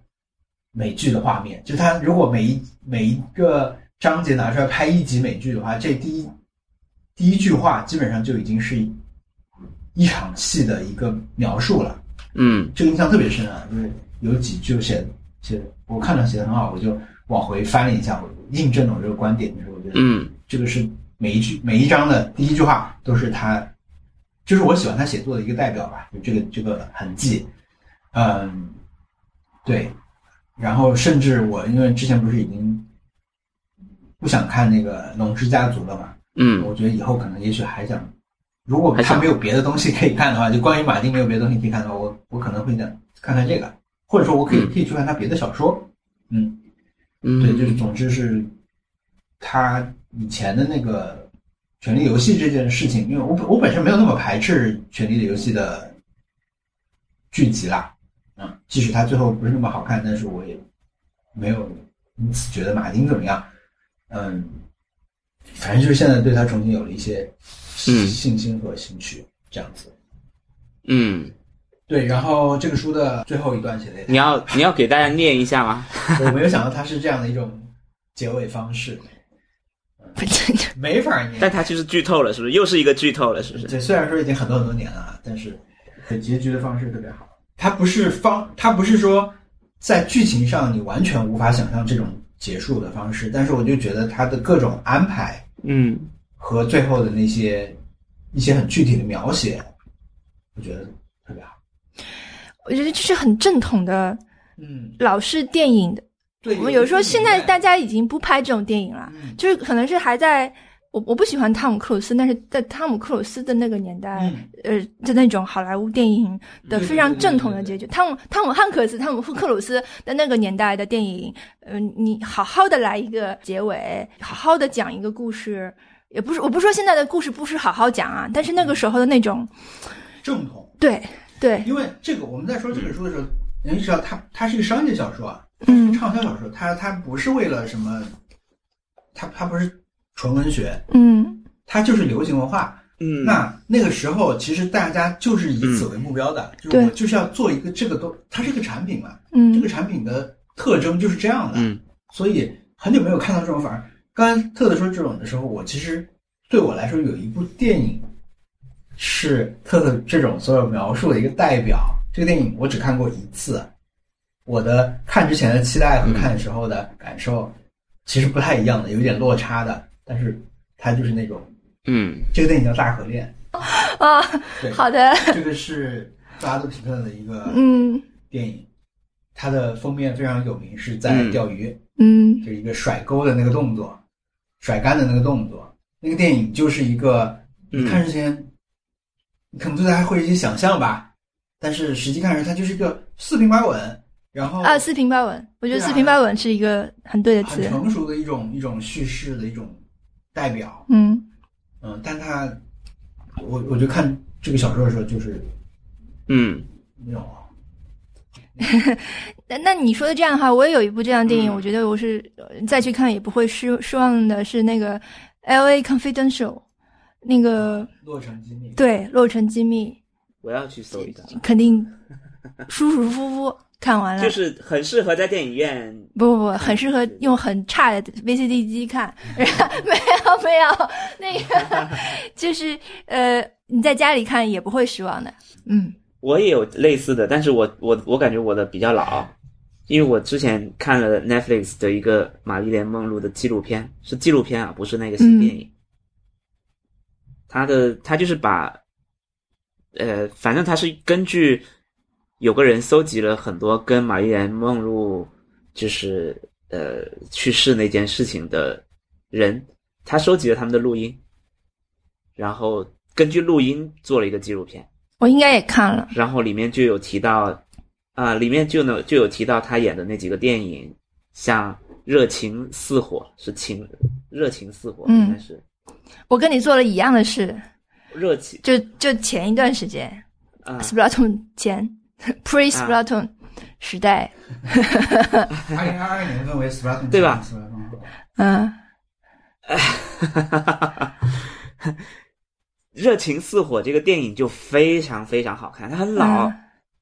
美剧的画面，就他如果每一每一个章节拿出来拍一集美剧的话，这第一第一句话基本上就已经是一一场戏的一个描述了。嗯这个印象特别深啊，就是有几句写写的，我看到写的很好，我就往回翻了一下，我印证了我这个观点，就是我觉得嗯这个是每一句每一章的第一句话都是他，就是我喜欢他写作的一个代表吧，就这个这个痕迹，嗯，对，然后甚至我因为之前不是已经不想看那个《龙之家族》了嘛，嗯我觉得以后可能也许还想，如果还他想没有别的东西可以看的话，就关于马丁没有别的东西可以看的话，我我可能会想看看这个，或者说我可以嗯可以去看他别的小说，嗯嗯，对，就是总之是他以前的那个《权力游戏》这件事情，因为我本我本身没有那么排斥《权力的游戏》的剧集啦，嗯，即使它最后不是那么好看，但是我也没有因此觉得马丁怎么样，嗯，反正就是现在对他重新有了一些嗯信心和兴趣，这样子。嗯，对，然后这个书的最后一段写的也你要你要给大家念一下吗？我没有想到它是这样的一种结尾方式，没法念。但他就是剧透了，是不是？又是一个剧透了，是不是？对，虽然说已经很多很多年了啊，但是的结局的方式特别好。它不是方，它不是说在剧情上你完全无法想象这种结束的方式，但是我就觉得它的各种安排嗯和最后的那些一些很具体的描写，我觉得特别好。 [LAUGHS] 我觉得这是很正统的嗯，老式电影的。对。我们有时候现在大但家已经不拍这种电影了，嗯就是可能是还在我我不喜欢汤姆克鲁斯，但是在汤姆克鲁斯的那个年代，嗯呃的那种好莱坞电影的对非常对对正统的对对结局。汤姆汤姆汉克斯、汤姆克鲁斯的那个年代的电影，嗯、你好好的来一个结尾，好好的讲一个故事，也不是我不是说现在的故事不是好好讲啊，但是那个时候的那种，正统，对对，因为这个我们在说这本书的时候，你要意识到它它是一个商业小说啊，嗯畅销小说，它它不是为了什么，它它不是纯文学，嗯它就是流行文化。嗯，那那个时候，其实大家就是以此为目标的，就是我对就是要做一个这个东，它是个产品嘛，这个嗯产品的特征就是这样的。嗯所以很久没有看到这种，反而刚才特特说这种的时候，我其实对我来说有一部电影是特特这种所有描述的一个代表。这个电影我只看过一次，我的看之前的期待和看时候的感受其实不太一样的，有点落差的。但是它就是那种，嗯这个电影叫《大河恋啊，》，对，好的，这个是布拉德皮特的一个嗯电影，它的封面非常有名，是在嗯钓鱼。嗯就是一个甩钩的那个动作，甩杆的那个动作。那个电影就是一个，你看之前，你可能对它会有一些想象吧，但是实际看时它就是一个四平八稳，然后啊，四平八稳，我觉得对啊四平八稳是一个很对的很词，成熟的一种一种叙事的一种代表。嗯嗯，但它，我我就看这个小说的时候，就是嗯那种那那你说的这样的话，我也有一部这样的电影，嗯我觉得我是呃再去看也不会失失望的。是那个《L A Confidential》，那个落成机密。对《洛城机密我要去搜一下，》，肯定舒舒服服看完了。就是很适合在电影院。不不不，很适合用很差的 VCD 机看。 [LAUGHS] 没有没有，那 [LAUGHS] 个就是呃，你在家里看也不会失望的。嗯我也有类似的，但是我我我感觉我的比较老，因为我之前看了 Netflix 的一个《玛丽莲梦露》的纪录片，是纪录片啊，不是那个新电影。他的他就是把，呃，反正他是根据有个人搜集了很多跟玛丽莲梦露就是呃去世那件事情的人，他收集了他们的录音，然后根据录音做了一个纪录片。我应该也看了。然后里面就有提到，啊、里面就能就有提到他演的那几个电影，像《热情似火》是情，《热情似火》嗯应该是我跟你做了一样的事，热情就就前一段时间。啊， Splatoon 前 [LAUGHS] pre Splatoon 时代，二零二二年分为 Splatoon 对吧 Splatoon 嗯《热情似火》这个电影就非常非常好看，它很老，嗯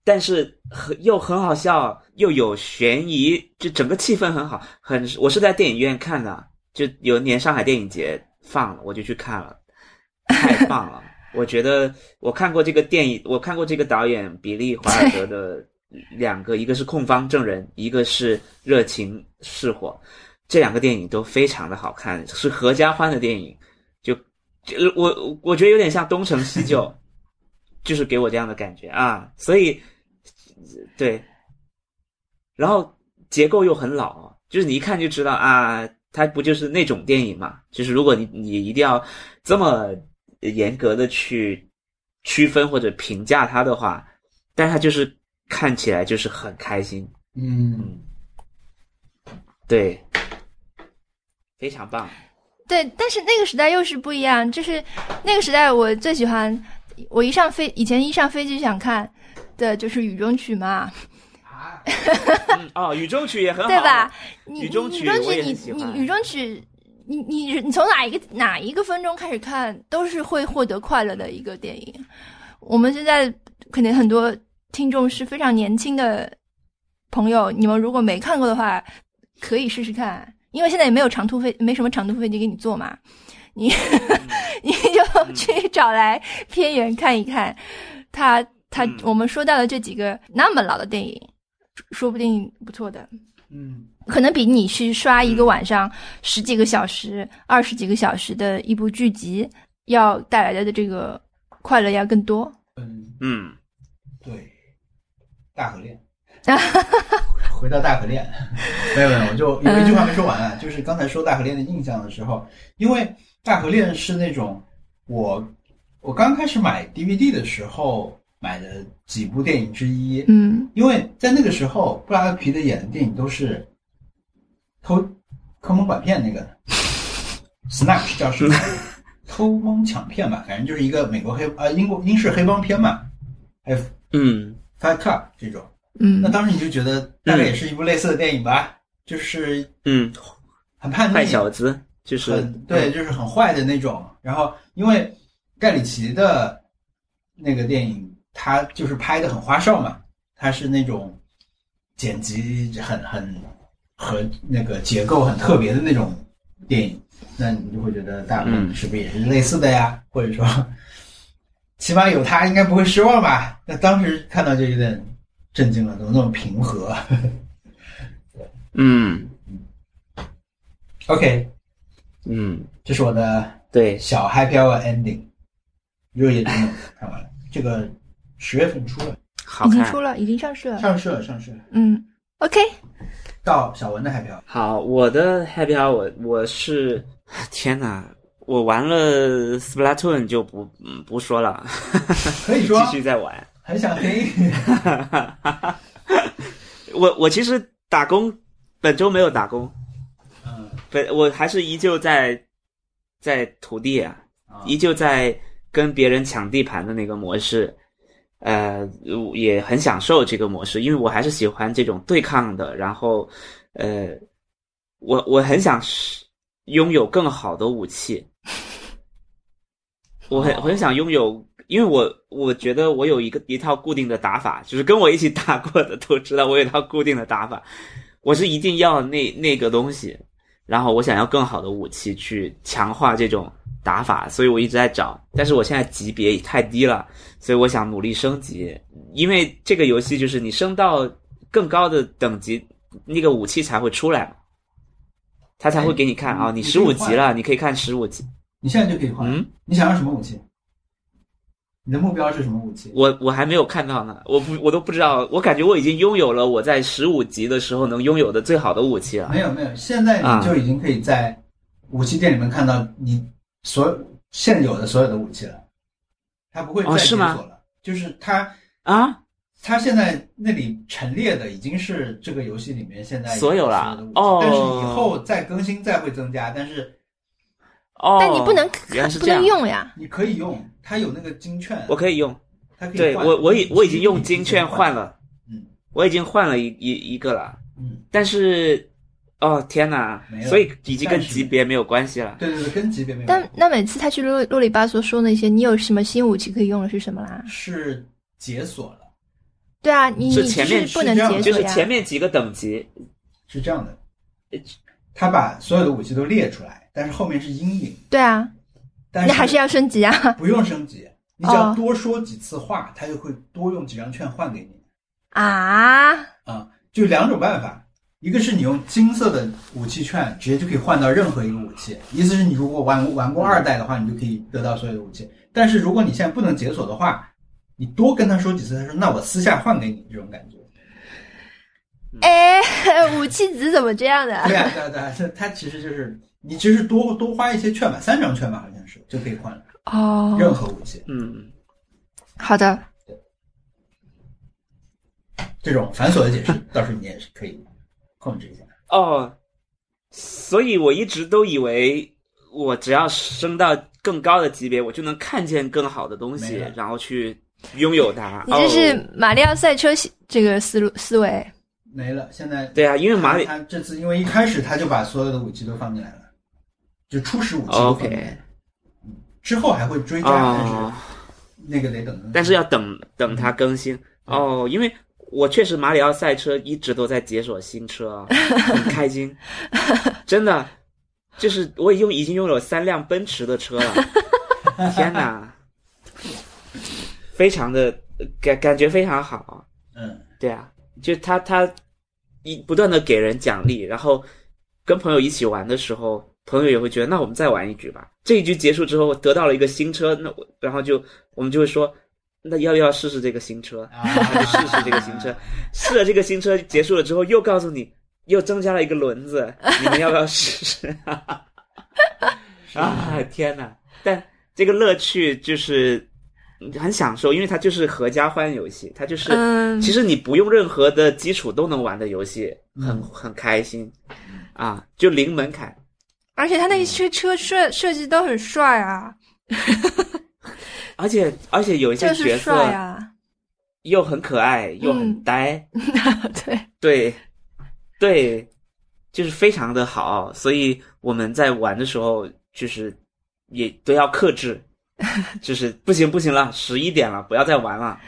但是很又很好笑，又有悬疑，就整个气氛很好，很我是在电影院看的，就有一年上海电影节放了，我就去看了，太棒了！我觉得我看过这个电影，我看过这个导演比利·华尔德的两个，一个是《控方证人》，一个是《热情似火》，这两个电影都非常的好看，是合家欢的电影。就就我我觉得有点像东成西就，就是给我这样的感觉啊。所以对，然后结构又很老，啊就是你一看就知道啊，它不就是那种电影嘛？就是如果你你一定要这么严格的去区分或者评价它的话，但它就是看起来就是很开心，嗯，对，非常棒。对，但是那个时代又是不一样，就是那个时代我最喜欢，我一上飞以前一上飞机想看的就是《雨中曲》嘛，啊，嗯哦，雨中曲也很好，对吧？？你雨中你曲雨中我也曲很喜你欢你雨中曲。你你你从哪一个哪一个分钟开始看，都是会获得快乐的一个电影。我们现在肯定很多听众是非常年轻的朋友，你们如果没看过的话，可以试试看，因为现在也没有长途飞，没什么长途飞机给你坐嘛， [LAUGHS] 你你嗯就去找来片源看一看。他他嗯我们说到的这几个那么老的电影，说不定不错的。嗯，可能比你去刷一个晚上嗯十几个小时、二十几个小时的一部剧集，要带来的这个快乐要更多。嗯，嗯，对，大河恋，回到大河恋，没有没有，我就有一句话没说完 [LAUGHS] 啊，就是刚才说大河恋的印象的时候，因为大河恋是那种我我刚开始买 DVD 的时候买的几部电影之一，嗯因为在那个时候，布拉德皮特演的电影都是偷坑蒙拐骗那个，Snap 是叫什么？偷蒙抢骗吧，反正就是一个美国黑呃英国英式黑帮片嘛，还有嗯， Fight Club 这种。那嗯，当时你就觉得大概也是一部类似的电影吧，就是嗯，很叛坏逆，小子就是嗯很对，就是很坏的那种。然后因为盖里奇的那个电影，他就是拍的很花哨嘛，他是那种剪辑很很和那个结构很特别的那种电影，那你就会觉得大陆嗯是不是也是类似的呀？或者说，起码有他应该不会失望吧？那当时看到就有点震惊了，怎么那么平和 [LAUGHS] 嗯？OK，嗯，这是我的对，小 Happy Hour Ending，热夜真的看完了，这个十月份出了，好已经看出。了，已经上市了。上市了，上市了，嗯，OK，哦到小文的 Happy Hour，好，我的 Happy Hour 我我是 [LAUGHS] 天哪，我玩了 Splatoon 就不嗯不说了，可以说继续再玩。很想黑，我我其实打工，本周没有打工，嗯，本我还是依旧在在土地啊，啊依旧在跟别人抢地盘的那个模式，呃，也很享受这个模式，因为我还是喜欢这种对抗的。然后，呃，我我很想是拥有更好的武器，我很我很想拥有，因为我我觉得我有一个一套固定的打法，就是跟我一起打过的都知道我有一套固定的打法，我是一定要那那个东西，然后我想要更好的武器去强化这种打法，所以我一直在找，但是我现在级别太低了，所以我想努力升级，因为这个游戏就是你升到更高的等级，那个武器才会出来嘛，它才会给你看哎啊、你你可以十五换级了，你可以看十五级，你现在就可以换，嗯。你想要什么武器？你的目标是什么武器？我我还没有看到呢，我不我都不知道，我感觉我已经拥有了我在十五级的时候能拥有的最好的武器了。没有没有，现在啊你就已经可以在武器店里面看到你所有现有的所有的武器了，它不会再哦解是锁吗了，就是它啊，它现在那里陈列的已经是这个游戏里面现在所有了的武器哦但是以后再更新再会增加，但是哦，但你不能原来是不这样能，用呀。你可以用，它有那个金券，我可以用，它可以对换我我已我已经用金券换，了，嗯我已经换了一一一个了，嗯，但是哦天哪没，有所以已经跟暂时级别没有关系了。对对对，跟级别没有关但系，那每次他去啰啰里吧嗦说那些，你有什么新武器可以用的是什么啦？是解锁了，对啊，你是你前面是不能是这解样就锁是呀。前面几个等级，是这样的，呃它把所有的武器都列出来，但是后面是阴影，对啊，但那还是要升级啊。不用升级，你只要哦多说几次话，它就会多用几张券换给你。啊，就两种办法，一个是你用金色的武器券，直接就可以换到任何一个武器。意思是你如果玩玩过二代的话，你就可以得到所有的武器。但是如果你现在不能解锁的话，你多跟他说几次，他说那我私下换给你，这种感觉。哎，武器值怎么这样对的？啊，对啊，对啊，这它其实就是你其实多多花一些券吧，三张券吧，好像是就可以换任哦，何武器。嗯，好的，这种繁琐的解释，到时候你也是可以控制一下。哦，所以我一直都以为我只要升到更高的级别，我就能看见更好的东西没了，然后去拥有它。你这是哦、马里奥赛车系这个思路思维没了，现在对啊，因为马里他这次因为一开始他就把所有的武器都放进来了，就初始武器都放进来了哦 OK 之后还会追加，但哦是，那个得等更新。但是要等等它更新哦，因为我确实马里奥赛车一直都在解锁新车，啊很开心，真的，就是我已经已经拥有三辆奔驰的车了，天哪，非常的感感觉非常好，嗯，对啊，就他他一不断的给人奖励，然后跟朋友一起玩的时候，朋友也会觉得那我们再玩一局吧。这一局结束之后，我得到了一个新车，那我然后就我们就会说，那要不要试试这个新车？啊 [LAUGHS] 那就试试这个新车。试了这个新车结束了之后，又告诉你又增加了一个轮子，你们要不要试试？啊，天哪！但这个乐趣就是很享受，因为它就是合家欢游戏，它就是嗯其实你不用任何的基础都能玩的游戏，很嗯很开心啊，就零门槛。而且他那些车设设计都很帅啊，而且而且有一些就角是色帅啊，又很可爱又很嗯呆， [LAUGHS] 对，对对，就是非常的好，所以我们在玩的时候就是也都要克 [LAUGHS] 制，就是不行不行了，十一点了，不要再玩了。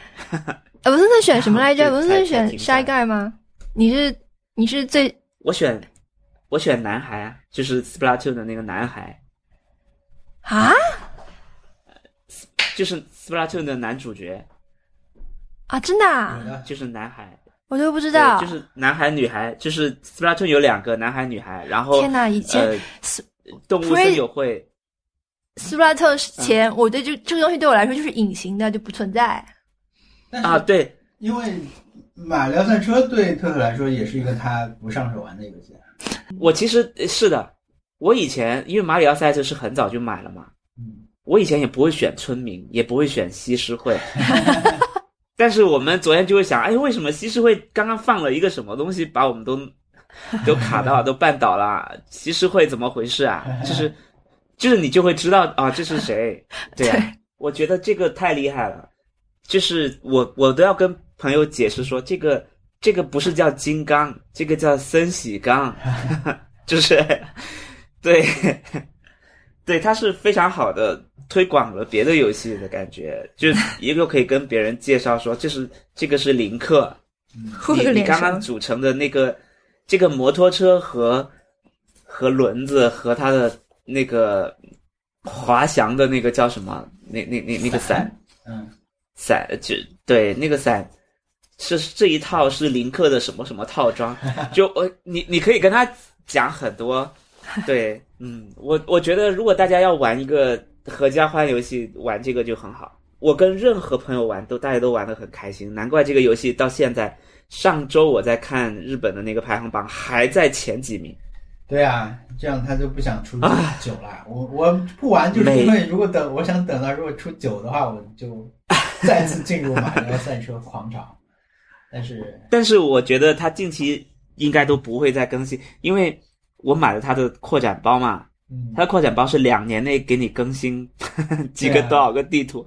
呃，文森特选什么来着？然后就文森才特选才停下来 Shy Guy 吗？你是你是最我选我选男孩啊，就是 Splatoon 的那个男孩，啊就是 Splatoon 的男主角，啊真的有啊，的就是男孩。我都不知知道。嗯就是男孩女孩，就是 Splatoon 有两个男孩女孩，然后天哪，以前呃斯动物森友会，斯普拉特前，嗯我对这这个东西对我来说就是隐形的，就不存在。但啊，是对，因为马里奥赛车对特特来说也是一个他不上手玩的游戏。我其实是的，我以前因为马里奥赛车是很早就买了嘛，嗯，我以前也不会选村民，也不会选西施 [LAUGHS] 惠，但是我们昨天就会想，哎，为什么西施惠刚刚放了一个什么东西，把我们都都卡到了， [LAUGHS] 都绊倒了？西施惠怎么回事啊？就是就是你就会知道啊，这是谁？对啊，我觉得这个太厉害了，就是我我都要跟朋友解释说，这个这个不是叫金刚，这个叫森喜刚， [LAUGHS] 就是对对，它是非常好的推广了别的游戏的感觉，就一个可以跟别人介绍说，这是这个是林克， [LAUGHS] [LAUGHS] 我你有你脸刚熟刚组成的那个这个摩托车和和轮子和它的那个滑翔的那个叫什么？那那那那个伞嗯，伞就对那个伞是这一套是林克的什么什么套装？就我你你可以跟他讲很多， [LAUGHS] 对，嗯，我我觉得如果大家要玩一个合家欢游戏，玩这个就很好。我跟任何朋友玩都大家都玩得很开心，难怪这个游戏到现在上周我在看日本的那个排行榜还在前几名。对啊，这样他就不想出九了。我我不玩就是因为如果等我想等到如果出九的话，我就再次进入马里奥赛车狂潮。但是但是我觉得它近期应该都不会再更新，因为我买了它的扩展包嘛，嗯，它的扩展包是两年内给你更新几个对啊多少个地图，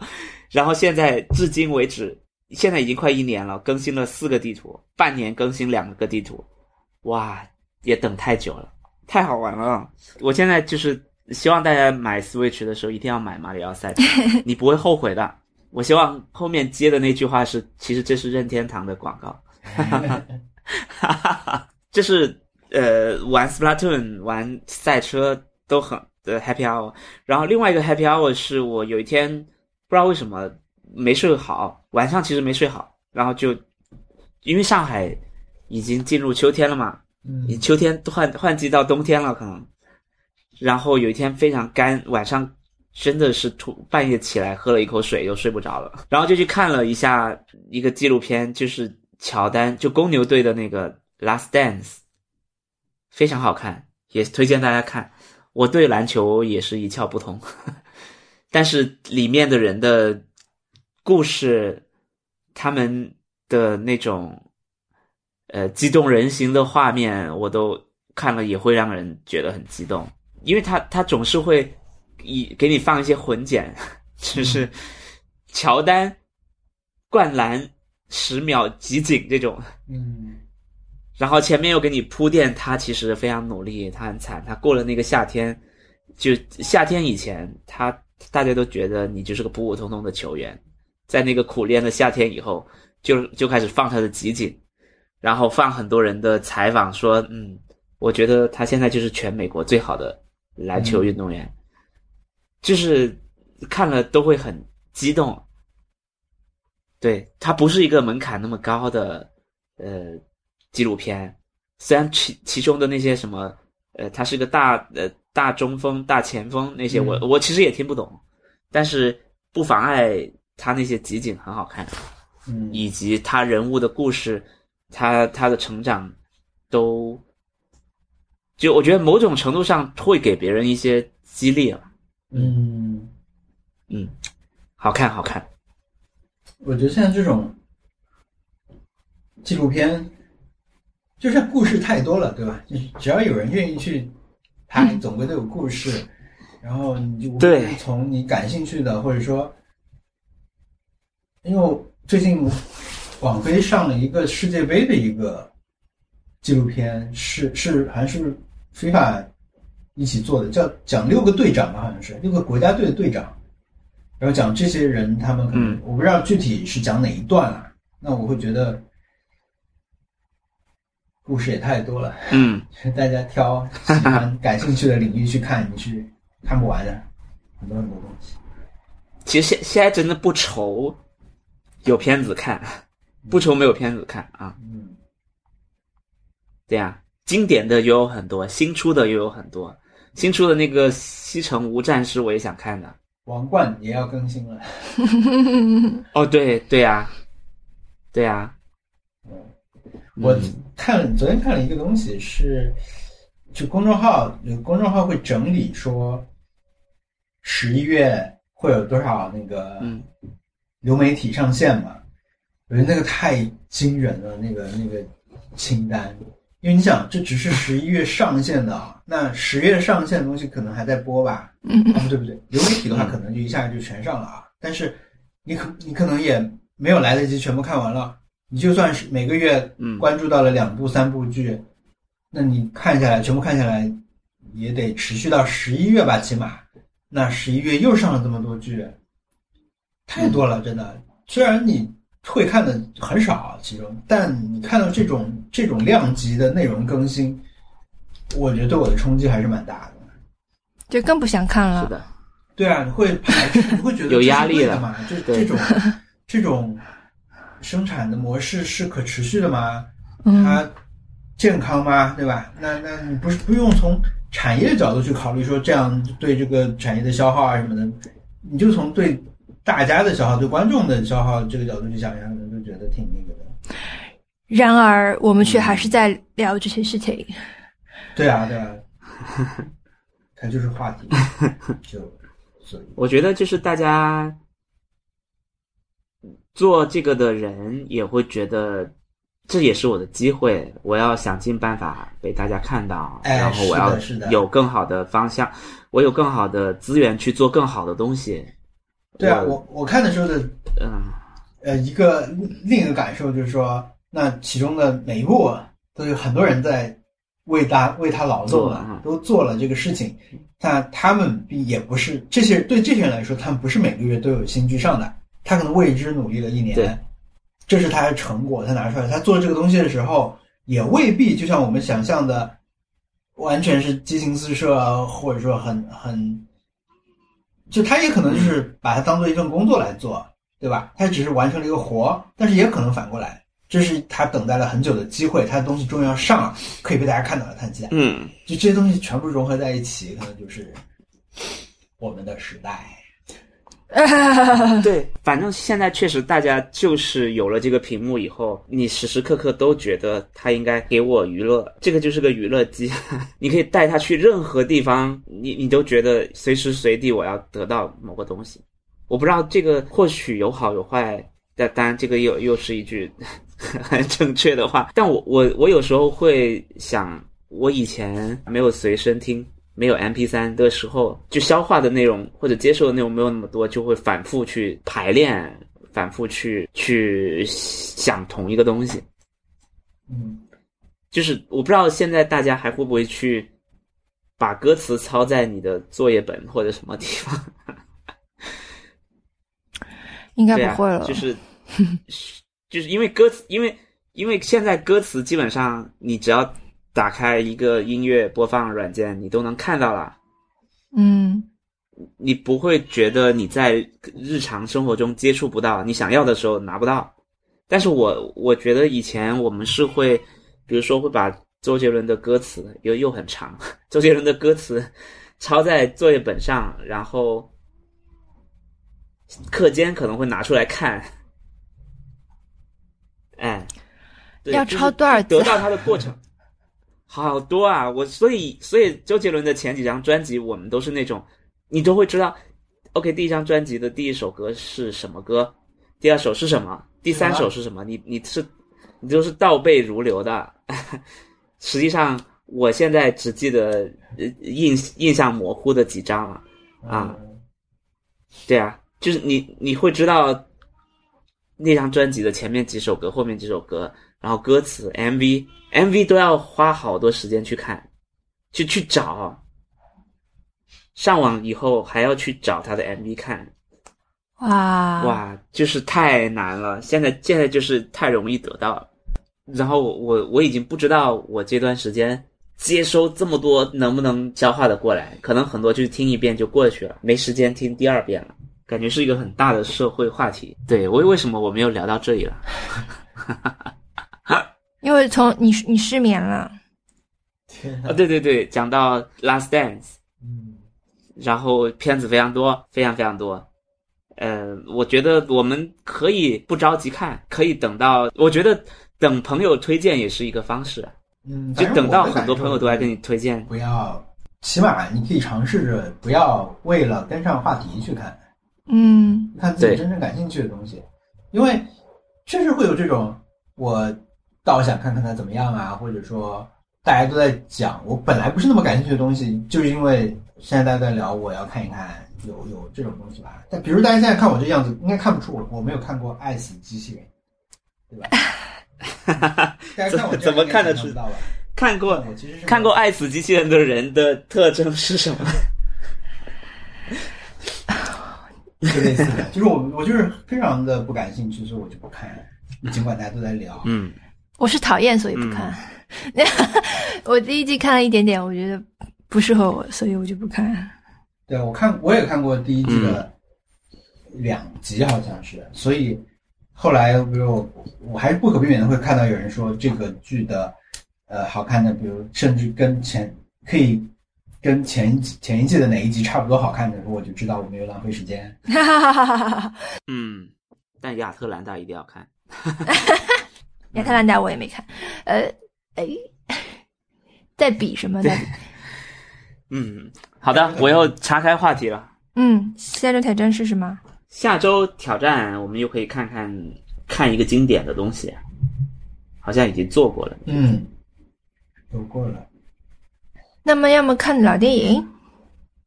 然后现在至今为止，现在已经快一年了，更新了四个地图，半年更新两个地图，哇，也等太久了，太好玩了！我现在就是希望大家买 Switch 的时候一定要买马里奥 [LAUGHS] 赛车，你不会后悔的。我希望后面接的那句话是，其实这是任天堂的广告。 [LAUGHS] 哈哈哈，这是呃玩 Splatoon 玩赛车都很的 Happy Hour，然后另外一个 Happy Hour 是我有一天不知道为什么没睡好，晚上其实没睡好，然后就因为上海已经进入秋天了嘛，嗯秋天换换季到冬天了可能，然后有一天非常干，晚上真的是突半夜起来喝了一口水又睡不着了，然后就去看了一下一个纪录片，就是乔丹就公牛队的那个《Last Dance》，非常好看，也推荐大家看。我对篮球也是一窍不通，但是里面的人的故事，他们的那种呃激动人心的画面，我都看了也会让人觉得很激动，因为他他总是会以给你放一些混剪，就是乔丹灌篮十秒集锦这种，嗯然后前面又给你铺垫，他其实非常努力，他很惨，他过了那个夏天，就夏天以前，他大家都觉得你就是个普普通通的球员，在那个苦练的夏天以后，就就开始放他的集锦，然后放很多人的采访，说，嗯，我觉得他现在就是全美国最好的篮球运动员，就是看了都会很激动。对，它不是一个门槛那么高的呃纪录片，虽然其其中的那些什么呃，他是个大呃大中锋、大前锋那些，我我其实也听不懂，但是不妨碍他那些集锦很好看。嗯以及他人物的故事，他他的成长，都，就我觉得某种程度上会给别人一些激励了。嗯，嗯，好看，好看。我觉得像这种纪录片，就是故事太多了，对吧？就是只要有人愿意去拍，总归都有故事。然后你就对从你感兴趣的，或者说，因为我最近网飞上了一个世界杯的一个纪录片，是是还是 FIFA 一起做的，叫讲六个队长吧，好像是六个国家队的队长，然后讲这些人他们可能、嗯我不知道具体是讲哪一段啊，那我会觉得故事也太多了， [LAUGHS] 嗯，大家挑喜 [LAUGHS] 欢感兴趣的领域去看，你去看不完的很多很多东西。其实现现在真的不愁有片子看，不愁没有片子看啊。嗯对呀、经典的也有很多，新出的也有很多。新出的那个《西城无战事》我也想看的。王冠也要更新了，哦，对对呀、对啊嗯呀、我看了昨天看了一个东西是，就公众号有公众号会整理说，十一月会有多少那个嗯流媒体上线嘛？我觉得那个太惊人了，那个那个清单，因为你想，这只是十一月上线的啊，那十月上线的东西可能还在播吧？嗯啊，对不对？流媒体的话，可能就一下就全上了啊。但是你可你可能也没有来得及全部看完了。你就算是每个月嗯关注到了两部、三部剧，那你看下来，全部看下来，也得持续到十一月吧，起码。那十一月又上了这么多剧，太多了，真的。虽然你会看的很少，其中，但你看到这种这种量级的内容更新，我觉得对我的冲击还是蛮大的。就更不想看嗯，是了。的，对啊，你会排 [LAUGHS] 斥，你会觉得有压力了这是对的嘛？这这对种这种生产的模式是可持续的吗？嗯，它健康吗？对吧？那那你不是不用从产业角度去考虑说这样对这个产业的消耗啊什么的，你就从对大家的消耗、对观众的消耗这个角度去想，想，就觉得挺那个的。然而我们嗯却还是在聊这些事情。对啊，对啊，它就是话题，就所以我觉得就是大家做这个的人也会觉得，这也是我的机会，我要想尽办法被大家看到，哎然后我要是的是的有更好的方向，我有更好的资源去做更好的东西。对啊，我我我看的时候的嗯，呃，一个另一个感受就是说，那其中的每一步都有很多人在为他为他劳动做了嗯，都做了这个事情。那他们并也不是这些对这些人来说，他们不是每个月都有新剧上的，他可能为之努力了一对年，这是他的成果，他拿出来，他做这个东西的时候，也未必就像我们想象的，完全是激情四射啊，或者说很很，就他也可能就是把它当做一份工作来做，对吧？他只是完成了一个活，但是也可能反过来，这是他等待了很久的机会，他的东西终于要上了，可以被大家看到了，他很期待。嗯，就这些东西全部融合在一起，可能就是我们的时代。对，反正现在确实大家就是有了这个屏幕以后，你时时刻刻都觉得它应该给我娱乐，这个就是个娱乐机， [LAUGHS] 你可以带它去任何地方，你你都觉得随时随地我要得到某个东西。我不知道这个或许有好有坏，但当然这个又又是一句 [LAUGHS] 很正确的话，但我我我有时候会想，我以前没有随身听，没有 M P 三的时候，就消化的内容或者接受的内容没有那么多，就会反复去排练，反复去去想同一个东西。嗯，就是我不知道现在大家还会不会去把歌词抄在你的作业本或者什么地方。应该对不会了。啊、就是就是因为歌词，因为因为现在歌词基本上你只要打开一个音乐播放软件，你都能看到了，嗯，你不会觉得你在日常生活中接触不到，你想要的时候拿不到。但是我我觉得以前我们是会，比如说会把周杰伦的歌词又又很长， [LAUGHS] 周杰伦的歌词抄在作业本上，然后课间可能会拿出来看。哎，对要就是抄多少得字啊到它的过程好多啊！我所以所以周杰伦的前几张专辑，我们都是那种你都会知道，OK，第一张专辑的第一首歌是什么歌，第二首是什么，第三首是什么，你你是你都是倒背如流的。 [LAUGHS] 实际上，我现在只记得呃印印象模糊的几张了。啊嗯对啊，就是你你会知道那张专辑的前面几首歌，后面几首歌，然后歌词、MV、MV 都要花好多时间去看，去去找。上网以后还要去找他的 MV 看，哇，哇，就是太难了。现在现在就是太容易得到了，然后我我我已经不知道我这段时间接收这么多能不能消化的过来，可能很多就是听一遍就过去了，没时间听第二遍了。感觉是一个很大的社会话题。对，为为什么我没有聊到这里了？ [LAUGHS] 因为从你你失眠了，天啊、哪！对对对，讲到《Last Dance》，嗯，然后片子非常多，非常非常多。呃，我觉得我们可以不着急看，可以等到，我觉得等朋友推荐也是一个方式，啊嗯，就反正等到我的很多感受朋友都来是给你推荐。不要，起码你可以尝试着不要为了跟上话题去看，嗯看自己对真正感兴趣的东西，因为确实会有这种我倒想看看它怎么样啊，或者说大家都在讲我本来不是那么感兴趣的东西，就是因为现在大家在聊我要看一看，有有这种东西吧。但比如大家现在看我这样子，应该看不出我我没有看过《爱死机器人》，对吧？大家看我这样 [LAUGHS] 怎么应该看得想象不出到吧？看过我其实是看过《爱死机器人》的人的特征是什么？就类似的，就是我我就是非常的不感兴趣，所以我就不看，尽管大家都在聊。 [LAUGHS] 嗯，我是讨厌，所以不看。 [LAUGHS] 我第一季看了一点点，我觉得不适合我，所以我就不看。 [LAUGHS] 对，我看我也看过第一季的两集，好像是，所以后来比如我我还是不可避免的会看到有人说这个剧的呃好看的，比如甚至跟前可以跟前一季前一季的哪一集差不多好看的，我就知道我没有浪费时间。哈哈哈哈哈哈！嗯，但亚特兰大一定要看。亚特兰大我也没看，呃，哎，在比什么呢？嗯，好的，我又岔开话题了。嗯，下周挑战是什么？下周挑战我们又可以看看看一个经典的东西，好像已经做过了。嗯，有过了，那么要么看老电影，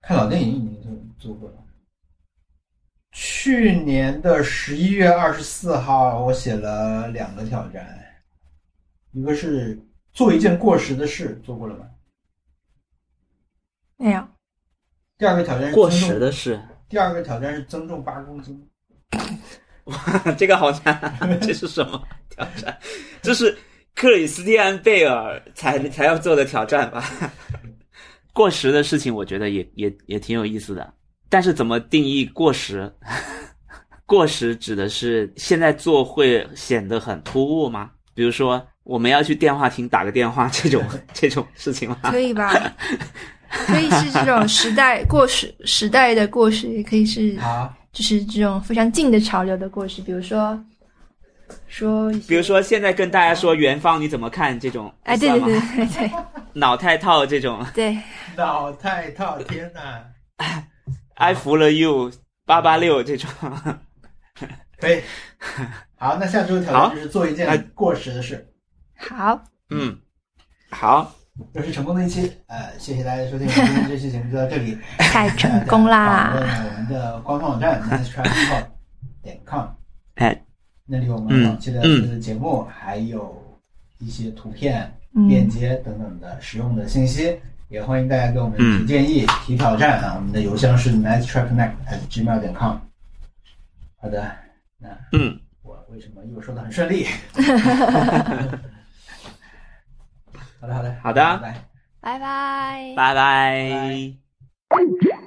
看老电影已经做做过了。去年的十一月二十四号，我写了两个挑战，一个是做一件过时的事，做过了吗？没有。第二个挑战是过增重时的事，第二个挑战是增重八公斤。 [LAUGHS] 这个好难啊，这是什么挑战？这是克里斯蒂安·贝尔才才要做的挑战吧？ [LAUGHS] 过时的事情，我觉得也也也挺有意思的，但是怎么定义过时？ [LAUGHS] 过时指的是现在做会显得很突兀吗？比如说我们要去电话亭打个电话这种 [LAUGHS] 这种事情吗？可以吧？可以是这种时代过时时代的过时，也可以是啊，就是这种非常近的潮流的过时，比如说说一些，比如说现在跟大家说元芳你怎么看这种？哎，对对算吗对对对脑袋套这种对，老太套，天哪！ ，I 服了 you 八八六这种，可以。好，那下周的挑好战就是做一那件过时的事，好，嗯，好，又是成功的一期。呃，谢谢大家收听，我们今天这期节目就到这里。太成功啦 [LAUGHS] 大！家访问我们的官方网站 nice try people 点 com，哎，那里有我们嗯往期的嗯这个节目，还有一些图片、链嗯，接等等的实用的信息。也欢迎大家给我们提建议、提挑战啊！我们的邮箱是 nice try connect at gmail 点 com。好的，嗯，我为什么又说的很顺利？ [LAUGHS] 好的，好的，好的拜拜。拜拜。拜拜。拜